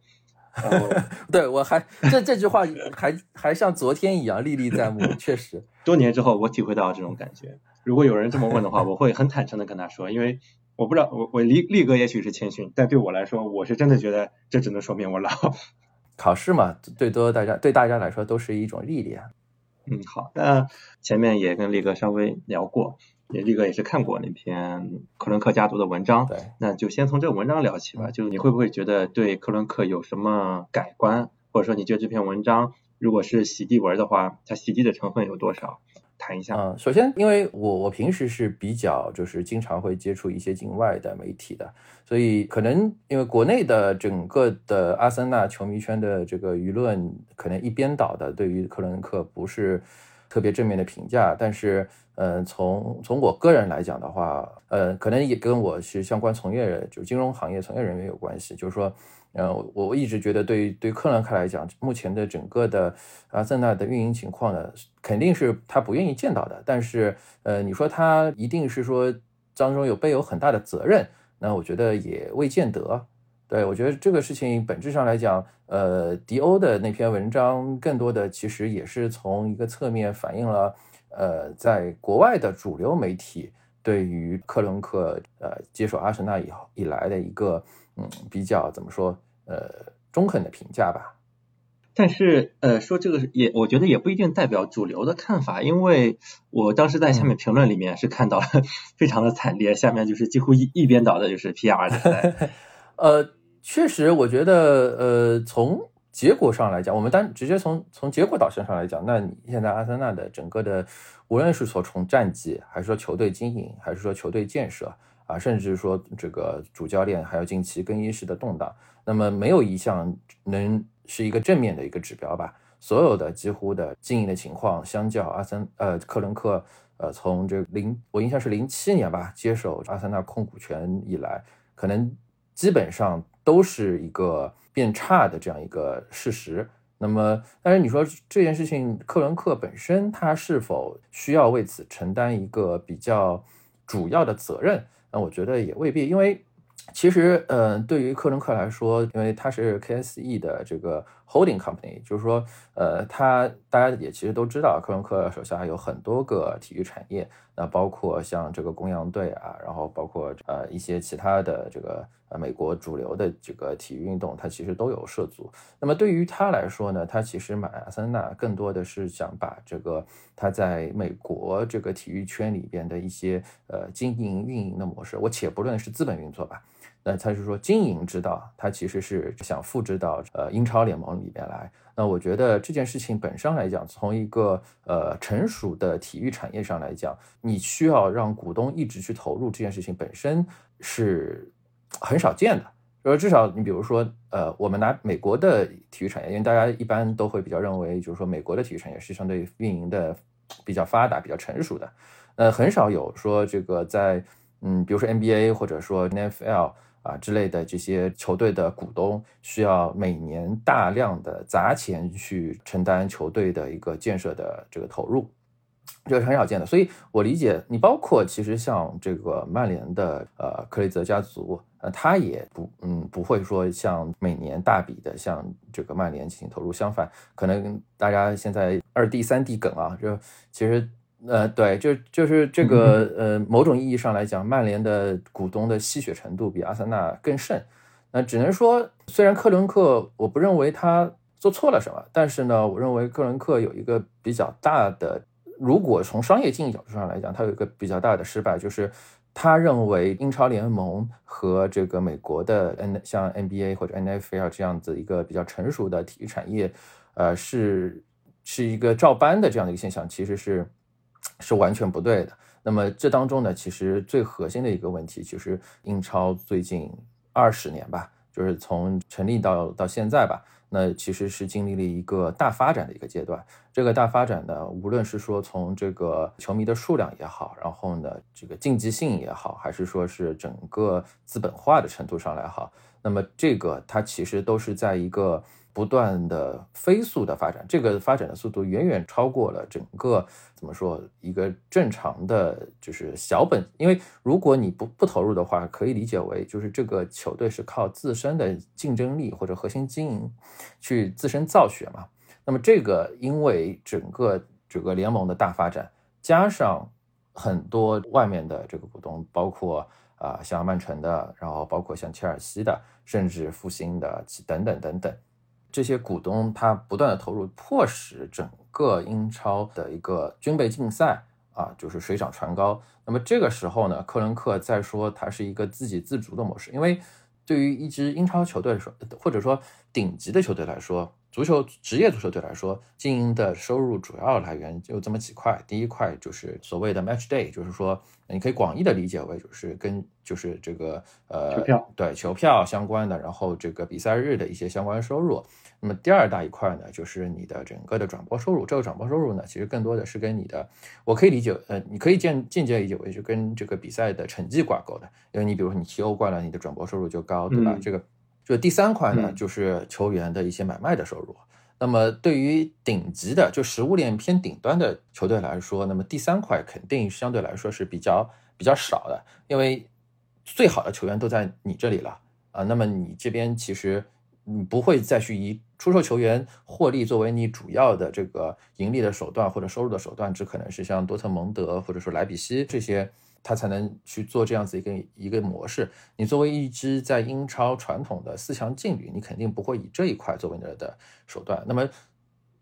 S2: 然后
S3: 对我还这这句话还还像昨天一样历历 在目，确实。
S2: 多年之后，我体会到这种感觉。如果有人这么问的话，我会很坦诚的跟他说，因为我不知道我我力力哥也许是谦逊，但对我来说，我是真的觉得这只能说明我老。
S3: 考试嘛，最多大家对大家来说都是一种历练。
S2: 嗯，好，那前面也跟力哥稍微聊过，也力哥也是看过那篇克伦克家族的文章，
S3: 对，嗯
S2: 那就先从这个文章聊起吧。就是你会不会觉得对克伦克有什么改观，或者说你觉得这篇文章如果是洗地文的话，它洗地的成分有多少？谈一下。
S3: 嗯，首先，因为我我平时是比较就是经常会接触一些境外的媒体的，所以可能因为国内的整个的阿森纳球迷圈的这个舆论可能一边倒的对于克伦克不是特别正面的评价，但是嗯、呃，从从我个人来讲的话，呃，可能也跟我是相关从业人，就是金融行业从业人员有关系，就是说。嗯，我我一直觉得对，对对克伦克来讲，目前的整个的阿森纳的运营情况呢，肯定是他不愿意见到的。但是，呃，你说他一定是说当中有背有很大的责任，那我觉得也未见得。对我觉得这个事情本质上来讲，呃，迪欧的那篇文章更多的其实也是从一个侧面反映了，呃，在国外的主流媒体对于克伦克呃接手阿森纳以后以来的一个。嗯，比较怎么说？呃，中肯的评价吧。
S2: 但是，呃，说这个也，我觉得也不一定代表主流的看法，因为我当时在
S3: 嗯
S2: 下面评论里面是看到了 非常的惨烈，下面就是几乎一一边倒的，就是 PR 的。
S3: 呃，确实，我觉得，呃，从结果上来讲，我们单直接从从结果导向上来讲，那你现在阿森纳的整个的，无论是说从战绩，还是说球队经营，还是说球队建设。啊，甚至说这个主教练还有近期更衣室的动荡，那么没有一项能是一个正面的一个指标吧？所有的几乎的经营的情况，相较阿森呃克伦克呃从这零我印象是零七年吧接手阿森纳控股权以来，可能基本上都是一个变差的这样一个事实。那么，但是你说这件事情，克伦克本身他是否需要为此承担一个比较主要的责任？那我觉得也未必，因为其实呃，对于克伦克来说，因为他是 KSE 的这个 holding company，就是说呃，他大家也其实都知道，克伦克手下有很多个体育产业，那包括像这个公羊队啊，然后包括呃一些其他的这个呃美国主流的这个体育运动，它其实都有涉足。那么对于他来说呢，他其实买阿森纳更多的是想把这个他在美国这个体育圈里边的一些呃经营运营的模式，我且不论是资本运作吧，那他是说经营之道，他其实是想复制到呃英超联盟里边来。那我觉得这件事情本身来讲，从一个呃成熟的体育产业上来讲，你需要让股东一直去投入这件事情本身是很少见的。就是至少你比如说，呃，我们拿美国的体育产业，因为大家一般都会比较认为，就是说美国的体育产业是相对运营的比较发达、比较成熟的，呃，很少有说这个在嗯，比如说 NBA 或者说 NFL 啊之类的这些球队的股东需要每年大量的砸钱去承担球队的一个建设的这个投入。这是很少见的，所以我理解你，包括其实像这个曼联的呃克雷泽家族，呃，他也不嗯不会说像每年大笔的向这个曼联进行投入，相反，可能大家现在二 D 三 D 梗啊，就其实呃对，就就是这个呃某种意义上来讲，曼联的股东的吸血程度比阿森纳更甚，那只能说虽然克伦克，我不认为他做错了什么，但是呢，我认为克伦克有一个比较大的。如果从商业经营角度上来讲，它有一个比较大的失败，就是他认为英超联盟和这个美国的 N 像 NBA 或者 NFL 这样子一个比较成熟的体育产业，呃，是是一个照搬的这样的一个现象，其实是是完全不对的。那么这当中呢，其实最核心的一个问题，其实英超最近二十年吧，就是从成立到到现在吧。那其实是经历了一个大发展的一个阶段。这个大发展呢，无论是说从这个球迷的数量也好，然后呢，这个竞技性也好，还是说是整个资本化的程度上来好，那么这个它其实都是在一个不断的飞速的发展。这个发展的速度远远超过了整个怎么说一个正常的就是小本，因为如果你不不投入的话，可以理解为就是这个球队是靠自身的竞争力或者核心经营。去自身造血嘛。那么这个，因为整个这个联盟的大发展，加上很多外面的这个股东，包括啊、呃、像曼城的，然后包括像切尔西的，甚至复兴的等等等等，这些股东他不断的投入，迫使整个英超的一个军备竞赛啊，就是水涨船高。那么这个时候呢，克伦克在说他是一个自给自足的模式，因为。对于一支英超球队来说，或者说顶级的球队来说，足球职业足球队来说，经营的收入主要来源就这么几块。第一块就是所谓的 match day，就是说你可以广义的理解为就是跟就是这个呃
S2: 球票
S3: 对球票相关的，然后这个比赛日的一些相关收入。那么第二大一块呢，就是你的整个的转播收入。这个转播收入呢，其实更多的是跟你的，我可以理解，呃，你可以间间接理解为是跟这个比赛的成绩挂钩的。因为你比如说你踢欧冠了，你的转播收入就高，对吧？
S2: 嗯
S3: 这个就第三块呢，
S2: 嗯
S3: 就是球员的一些买卖的收入。那么对于顶级的，就食物链偏顶端的球队来说，那么第三块肯定相对来说是比较比较少的，因为最好的球员都在你这里了。啊，那么你这边其实你不会再去以出售球员获利作为你主要的这个盈利的手段或者收入的手段，只可能是像多特蒙德或者说莱比锡这些，他才能去做这样子一个一个模式。你作为一支在英超传统的四强劲旅，你肯定不会以这一块作为你的手段，那么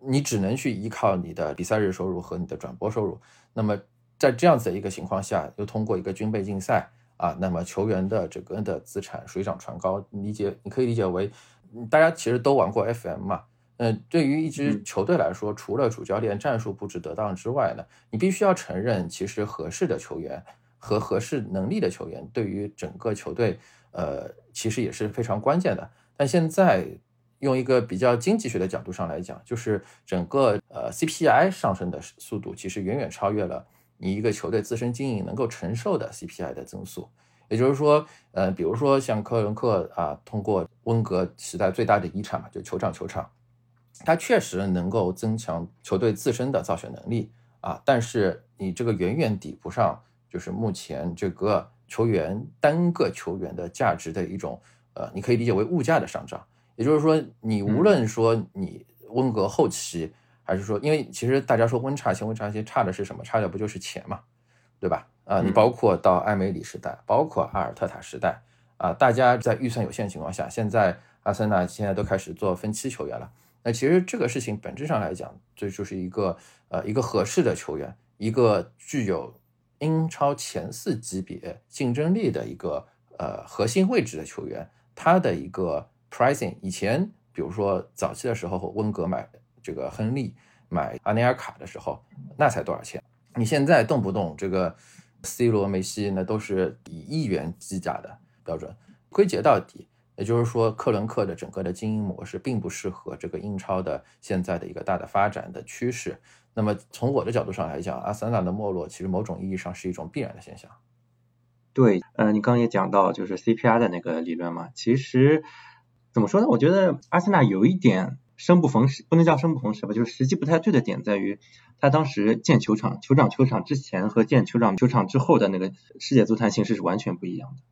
S3: 你只能去依靠你的比赛日收入和你的转播收入。那么在这样子的一个情况下，又通过一个军备竞赛。啊，那么球员的整个的资产水涨船高，理解你可以理解为，嗯大家其实都玩过 FM 嘛。嗯，对于一支
S2: 嗯
S3: 球队来说，除了主教练战术布置得当之外呢，你必须要承认，其实合适的球员和合适能力的球员，对于整个球队，呃，其实也是非常关键的。但现在用一个比较经济学的角度上来讲，就是整个呃 CPI 上升的速度，其实远远超越了你一个球队自身经营能够承受的 CPI 的增速。也就是说，呃，比如说像克伦克啊，通过温格时代最大的遗产嘛，就球场球场，它确实能够增强球队自身的造血能力啊，但是你这个远远抵不上，就是目前这个球员单个球员的价值的一种呃，你可以理解为物价的上涨。也就是说，你无论说你温格后期，还是说，因为其实大家说温差线、温差线差的是什么？差的不就是钱嘛，对吧？啊，你
S4: 嗯
S3: 包括到埃梅里时代，包括阿尔特塔时代，啊，大家在预算有限的情况下，现在阿森纳现在都开始做分期球员了。那其实这个事情本质上来讲，这就是一个呃一个合适的球员，一个具有英超前四级别竞争力的一个呃核心位置的球员，他的一个 pricing。以前比如说早期的时候，温格买这个亨利、买阿内尔卡的时候，那才多少钱？你现在动不动这个 C 罗、梅西，那都是以亿元计价的标准。归结到底，也就是说，克伦克的整个的经营模式并不适合这个英超的现在的一个大的发展的趋势。那么从我的角度上来讲，阿森纳的没落其实某种意义上是一种必然的现象。
S4: 对，呃，你刚刚也讲到就是 CPR 的那个理论嘛，其实怎么说呢？我觉得阿森纳有一点生不逢时，不能叫生不逢时吧，就是时机不太对的点在于，他当时建球场、酋长球场之前和建酋长球场之后的那个世界足坛形势是完全不一样的。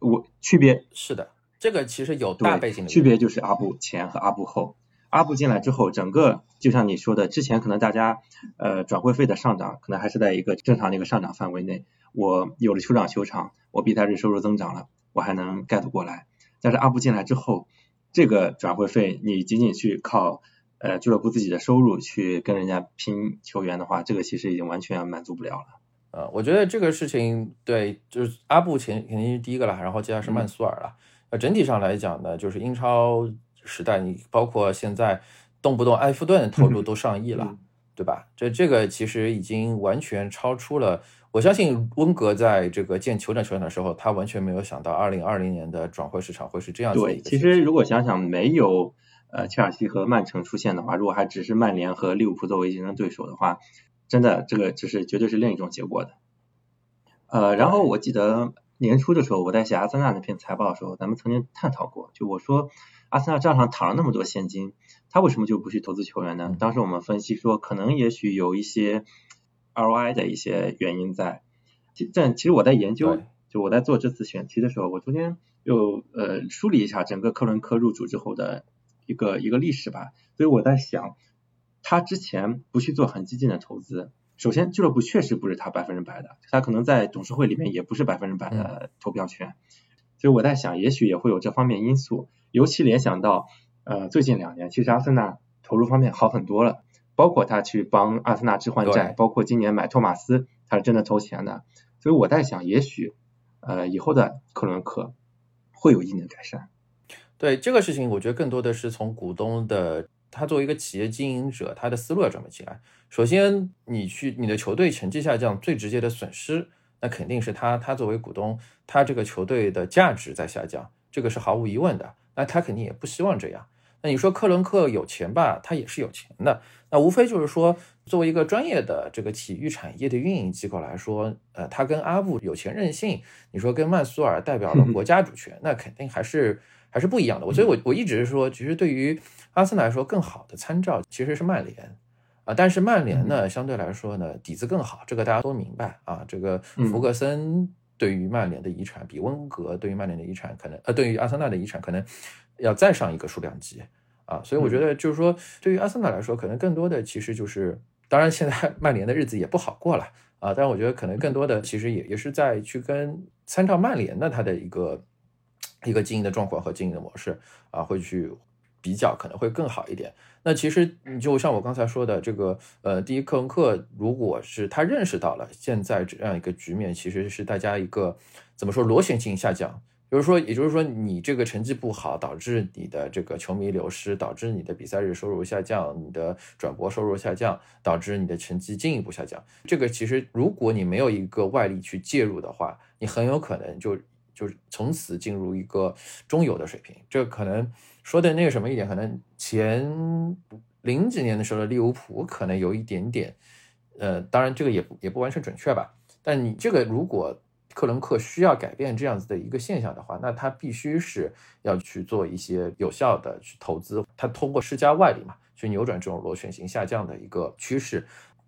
S4: 我区别
S3: 是的，这个其实有
S4: 对
S3: 大背景的
S4: 区别就是阿布前和阿布后。阿布进来之后，整个就像你说的，之前可能大家呃转会费的上涨可能还是在一个正常的一个上涨范围内。我有了酋长球场，我比赛日收入增长了，我还能 get 过来。但是阿布进来之后，这个转会费你仅仅去靠呃俱乐部自己的收入去跟人家拼球员的话，这个其实已经完全满足不了了。
S3: 呃，我觉得这个事情对，就是阿布肯肯定是第一个了，然后接下来
S4: 嗯
S3: 是曼苏尔了。那、整体上来讲呢，就是英超时代，你包括现在动不动埃弗顿投入都上亿了，
S4: 嗯
S3: 对吧？这这个其实已经完全超出了。我相信温格在这个建酋长球场的时候，他完全没有想到二零二零年的转会市场会是这样子的
S4: 对，
S3: 一个
S4: 其
S3: 形势。
S4: 实如果想想没有呃切尔西和曼城出现的话，如果还只是曼联和利物浦作为竞争对手的话，真的这个只是绝对是另一种结果的。呃，然后我记得年初的时候，我在写阿森纳那篇财报的时候，咱们曾经探讨过，就我说阿森纳账上躺了那么多现金，他为什么就不去投资球员呢
S3: 嗯？
S4: 当时我们分析说，可能也许有一些 ROI 的一些原因在。其但其实我在研究
S3: 对，
S4: 就我在做这次选题的时候，我中间又呃梳理一下整个克伦克入主之后的一个一个历史吧。所以我在想，他之前不去做很激进的投资，首先俱乐部确实不是他百分之百的，他可能在董事会里面也不是百分之百的投票权。所以我在想，也许也会有这方面因素，尤其联想到呃最近两年，其实阿森纳投入方面好很多了，包括他去帮阿森纳置换债，
S3: 对
S4: 包括今年买托马斯，他是真的投钱的。所以我在想，也许呃以后的克伦克会有一定的改善。
S3: 对这个事情，我觉得更多的是从股东的他作为一个企业经营者，他的思路要转变起来。首先，你去你的球队成绩下降，最直接的损失，那肯定是他他作为股东，他这个球队的价值在下降，这个是毫无疑问的。那他肯定也不希望这样。那你说克伦克有钱吧，他也是有钱的。那无非就是说，作为一个专业的这个体育产业的运营机构来说，呃，他跟阿布有钱任性，你说跟曼苏尔代表了国家主权，那肯定还是还是不一样的。我所以我，我一直是说，其实对于阿森纳来说，更好的参照其实是曼联啊、但是曼联呢，相对来说呢，底子更好，这个大家都明白啊。这个福格森对于曼联的遗产，比温格对于曼联的遗产可能，呃，对于阿森纳的遗产可能要再上一个数量级啊。所以我觉得，就是说，对于阿森纳来说，可能更多的其实就是，当然现在 曼联的日子也不好过了。啊，但我觉得可能更多的其实也也是在去跟参照曼联的它的一个一个经营的状况和经营的模式啊，会去比较，可能会更好一点。那其实你就像我刚才说的，这个呃，第一克伦克如果是他认识到了现在这样一个局面，其实是大家一个怎么说螺旋性下降。就是说，也就是说，你这个成绩不好，导致你的这个球迷流失，导致你的比赛日收入下降，你的转播收入下降，导致你的成绩进一步下降。这个其实，如果你没有一个外力去介入的话，你很有可能就就是从此进入一个中游的水平。这可能说的那个什么一点，可能前零几年的时候的利物浦可能有一点点，呃，当然这个也不也不完全准确吧。但你这个如果克伦克需要改变这样子的一个现象的话，那他必须是要去做一些有效的去投资，他通过施加外力嘛，去扭转这种螺旋形下降的一个趋势。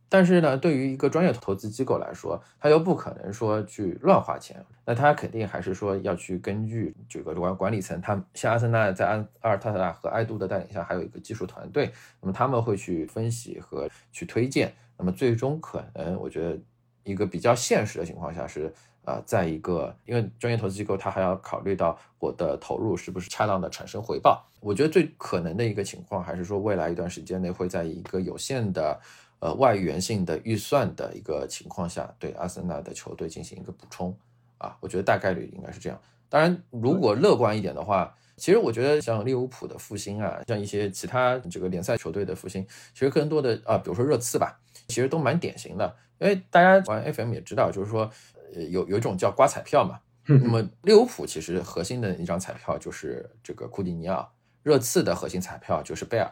S3: 但是呢，对于一个专业投资机构来说，他又不可能说去乱花钱，那他肯定还是说要去根据这个管管理层，他们像阿森纳在安阿尔特塔和埃杜的带领下，还有一个技术团队，那么他们会去分析和去推荐，那么最终可能我觉得一个比较现实的情况下是。啊、呃，在一个因为专业投资机构，它还要考虑到我的投入是不是恰当的产生回报。我觉得最可能的一个情况，还是说未来一段时间内会在一个有限的呃外源性的预算的一个情况下，对阿森纳的球队进行一个补充。啊，我觉得大概率应该是这样。当然，如果乐观一点的话，其实我觉得像利物浦的复兴啊，像一些其他这个联赛球队的复兴，其实更多的啊、呃，比如说热刺吧，其实都蛮典型的。因为大家玩 FM 也知道，就是说。呃，有有一种叫刮彩票嘛， 那么利物浦其实核心的一张彩票就是这个库蒂尼奥，热刺的核心彩票就是贝尔，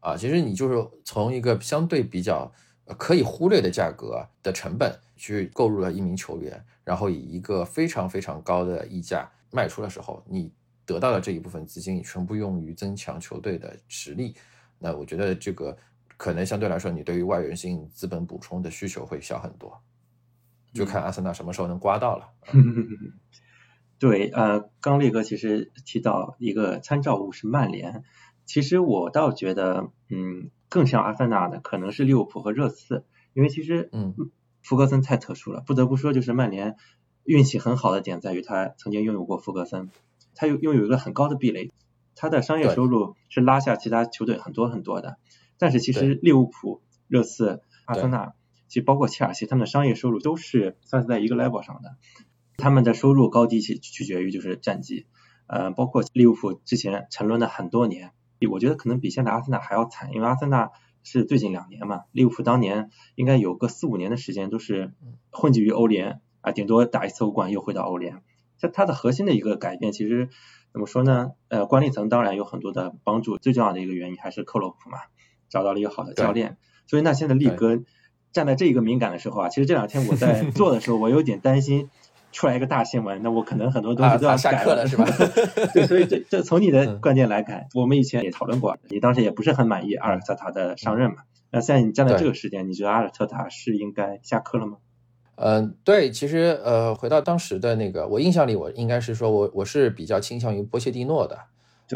S3: 啊，其实你就是从一个相对比较可以忽略的价格的成本去购入了一名球员，然后以一个非常非常高的溢价卖出的时候，你得到的这一部分资金全部用于增强球队的实力，那我觉得这个可能相对来说，你对于外源性资本补充的需求会小很多。就看阿森纳什么时候能刮到了。
S4: 对，呃，刚力哥其实提到一个参照物是曼联，其实我倒觉得，嗯，更像阿森纳的可能是利物浦和热刺，因为其实，
S3: 嗯，
S4: 福格森太特殊了，不得不说，就是曼联运气很好的点在于他曾经拥有过福格森，他有拥有一个很高的壁垒，他的商业收入是拉下其他球队很多很多的，但是其实利物浦、热刺、阿森纳。其实包括切尔西，他们的商业收入都是算是在一个 level 上的，他们的收入高低取取决于就是战绩，呃，包括利物浦之前沉沦了很多年，我觉得可能比现在阿森纳还要惨，因为阿森纳是最近两年嘛，利物浦当年应该有个四五年的时间都是混迹于欧联啊，顶多打一次欧冠又回到欧联，在它的核心的一个改变，其实怎么说呢？呃，管理层当然有很多的帮助，最重要的一个原因还是克洛普嘛，找到了一个好的教练，所以那现在力哥。站在这一个敏感的时候啊，其实这两天我在做的时候，我有点担心出来一个大新闻，那我可能很多东西都要改、
S3: 啊、下课了，是吧？ 嗯
S4: 对，所以这这从你的观点来看，我们以前也讨论过，你当时也不是很满意阿尔特塔的上任嘛？
S3: 嗯
S4: 那现在你站在这个时间，你觉得阿尔特塔是应该下课了吗？
S3: 嗯、呃，对，其实呃，回到当时的那个，我印象里，我应该是说我我是比较倾向于波切蒂诺的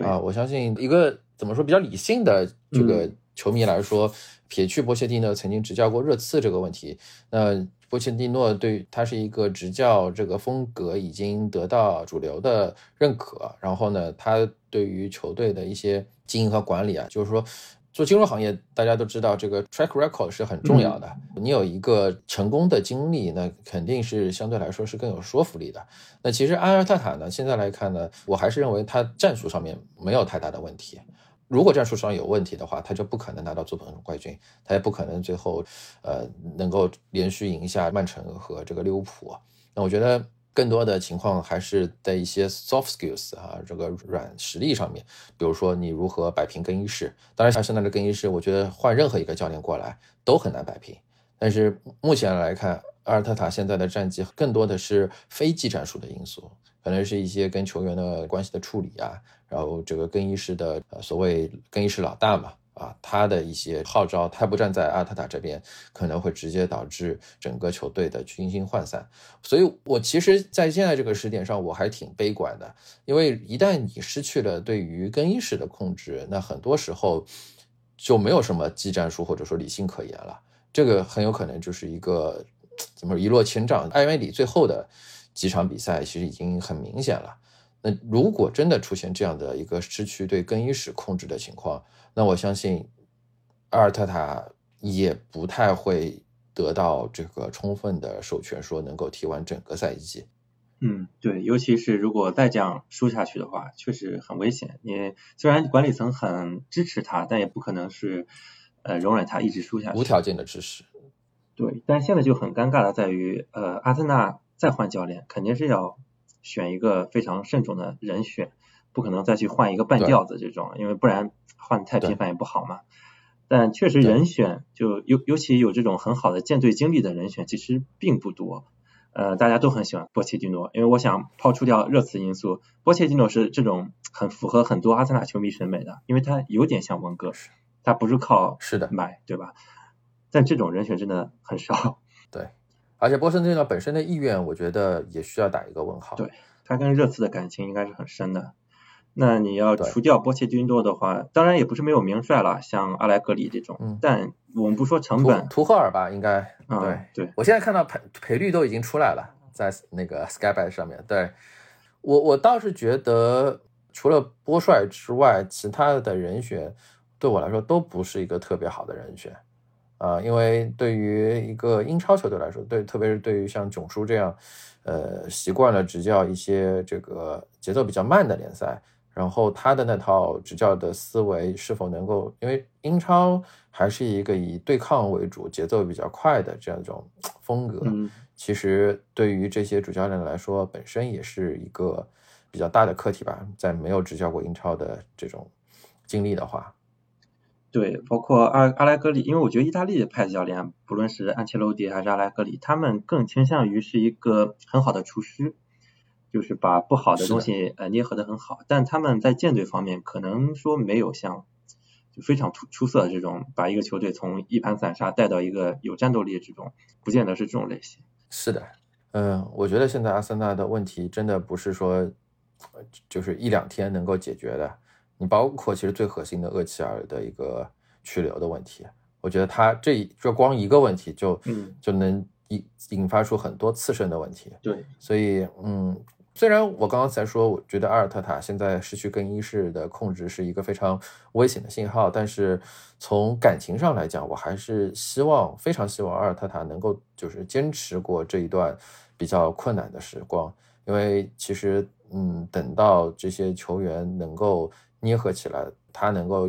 S3: 啊、呃，我相信一个怎么说比较理性的这个、
S4: 嗯。
S3: 球迷来说，撇去波切蒂诺曾经执教过热刺这个问题，那波切蒂诺对他是一个执教这个风格已经得到主流的认可。然后呢，他对于球队的一些经营和管理啊，就是说做金融行业，大家都知道这个 track record 是很重要的。嗯、你有一个成功的经历，那肯定是相对来说是更有说服力的。那其实阿尔特塔呢，现在来看呢，我还是认为他战术上面没有太大的问题。如果战术上有问题的话，他就不可能拿到足总冠军，他也不可能最后，呃，能够连续赢下曼城和这个利物浦。啊那我觉得更多的情况还是在一些 soft skills 啊，这个软实力上面，比如说你如何摆平更衣室。当然，像现在的更衣室，我觉得换任何一个教练过来都很难摆平。但是目前来看，阿尔特塔现在的战绩更多的是非技战术的因素，可能是一些跟球员的关系的处理啊，然后这个更衣室的呃所谓更衣室老大嘛，啊，他的一些号召，他不站在阿尔特塔这边，可能会直接导致整个球队的军心涣散。所以我其实，在现在这个时点上，我还挺悲观的，因为一旦你失去了对于更衣室的控制，那很多时候就没有什么技战术或者说理性可言了。这个很有可能就是一个怎么一落千丈。埃梅里最后的几场比赛其实已经很明显了。那如果真的出现这样的一个失去对更衣室控制的情况，那我相信阿尔特塔也不太会得到这个充分的授权，说能够踢完整个赛季。
S4: 嗯，对，尤其是如果再这样输下去的话，确实很危险。你虽然管理层很支持他，但也不可能是。呃，容忍他一直输下去，
S3: 无条件的支持。
S4: 对，但现在就很尴尬的在于，呃，阿森纳再换教练，肯定是要选一个非常慎重的人选，不可能再去换一个半吊子这种，因为不然换太频繁也不好嘛。但确实人选就尤尤其有这种很好的舰队经历的人选，其实并不多。呃，大家都很喜欢波切蒂诺，因为我想抛除掉热刺因素，波切蒂诺是这种很符合很多阿森纳球迷审美的，因为他有点像温格。他不是靠
S3: 是的
S4: 买对吧？但这种人选真的很少。
S3: 而且波士顿呢本身的意愿，我觉得也需要打一个问号。
S4: 对他跟热刺的感情应该是很深的。那你要
S3: 对
S4: 除掉波切蒂诺的话，当然也不是没有名帅了，像阿莱格里这种。
S3: 嗯
S4: 但我们不说成
S3: 图
S4: 本，
S3: 图赫尔吧，应该
S4: 啊、
S3: 对
S4: 对，
S3: 我现在看到赔赔率都已经出来了，在那个 Sky Bet 上面。对我，我倒是觉得除了波帅之外，其他的人选对我来说都不是一个特别好的人选啊、因为对于一个英超球队来说，对，特别是对于像囧叔这样，呃，习惯了执教一些这个节奏比较慢的联赛，然后他的那套执教的思维是否能够，因为英超还是一个以对抗为主、节奏比较快的这样一种嘖风格，
S4: 嗯，
S3: 其实对于这些主教练来说，本身也是一个比较大的课题吧。在没有执教过英超的这种经历的话，
S4: 对，包括阿阿莱格里，因为我觉得意大利派的教练，不论是安切洛蒂还是阿莱格里，他们更倾向于是一个很好的厨师，就是把不好的
S3: 是的
S4: 东西呃捏合的很好。但他们在舰队方面，可能说没有像就非常出出色的这种，把一个球队从一盘散沙带到一个有战斗力的这种，不见得是这种类型。
S3: 是的，嗯，我觉得现在阿森纳的问题真的不是说呃就是一两天能够解决的。你包括其实最核心的厄齐尔的一个去留的问题，我觉得他这一就光一个问题就
S4: 嗯
S3: 就能引引发出很多次生的问题。
S4: 对，
S3: 所以，嗯，虽然我刚刚才说，我觉得阿尔特塔现在失去更衣室的控制是一个非常危险的信号，但是从感情上来讲，我还是希望，非常希望阿尔特塔能够就是坚持过这一段比较困难的时光，因为其实，嗯，等到这些球员能够捏合起来，他能够。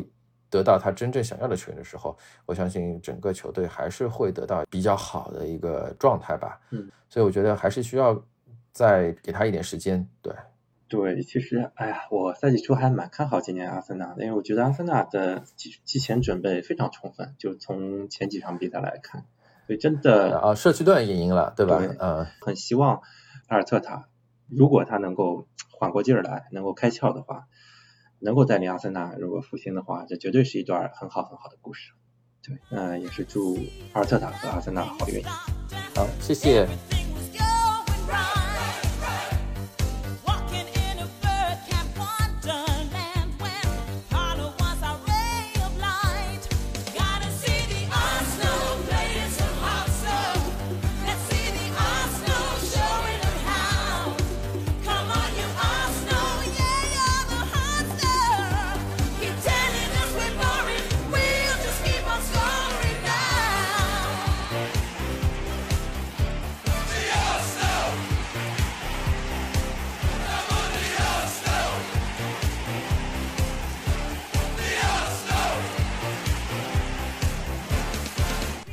S3: 得到他真正想要的球员的时候，我相信整个球队还是会得到比较好的一个状态吧。所以我觉得还是需要再给他一点时间。对，
S4: 对，其实，哎呀，我赛季初还蛮看好今年阿森纳的，因为我觉得阿森纳的季季前准备非常充分，就从前几场比赛来看，所以真的
S3: 啊，社区段也赢了，对吧？
S4: 对
S3: 嗯，
S4: 很希望阿尔特塔，如果他能够缓过劲儿来，能够开窍的话，能够带领阿森纳如果复兴的话，这绝对是一段很好很好的故事。对，嗯、也是祝阿尔特塔和阿森纳好运。
S3: 好，谢谢。
S5: Come on, you Arsenal, yeah, you're the monster. Keep telling us we're boring, we'll just keep on scoring now.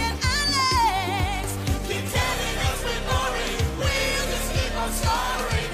S5: and Alex. Keep telling us we're boring. We'll just keep on scoring Oh,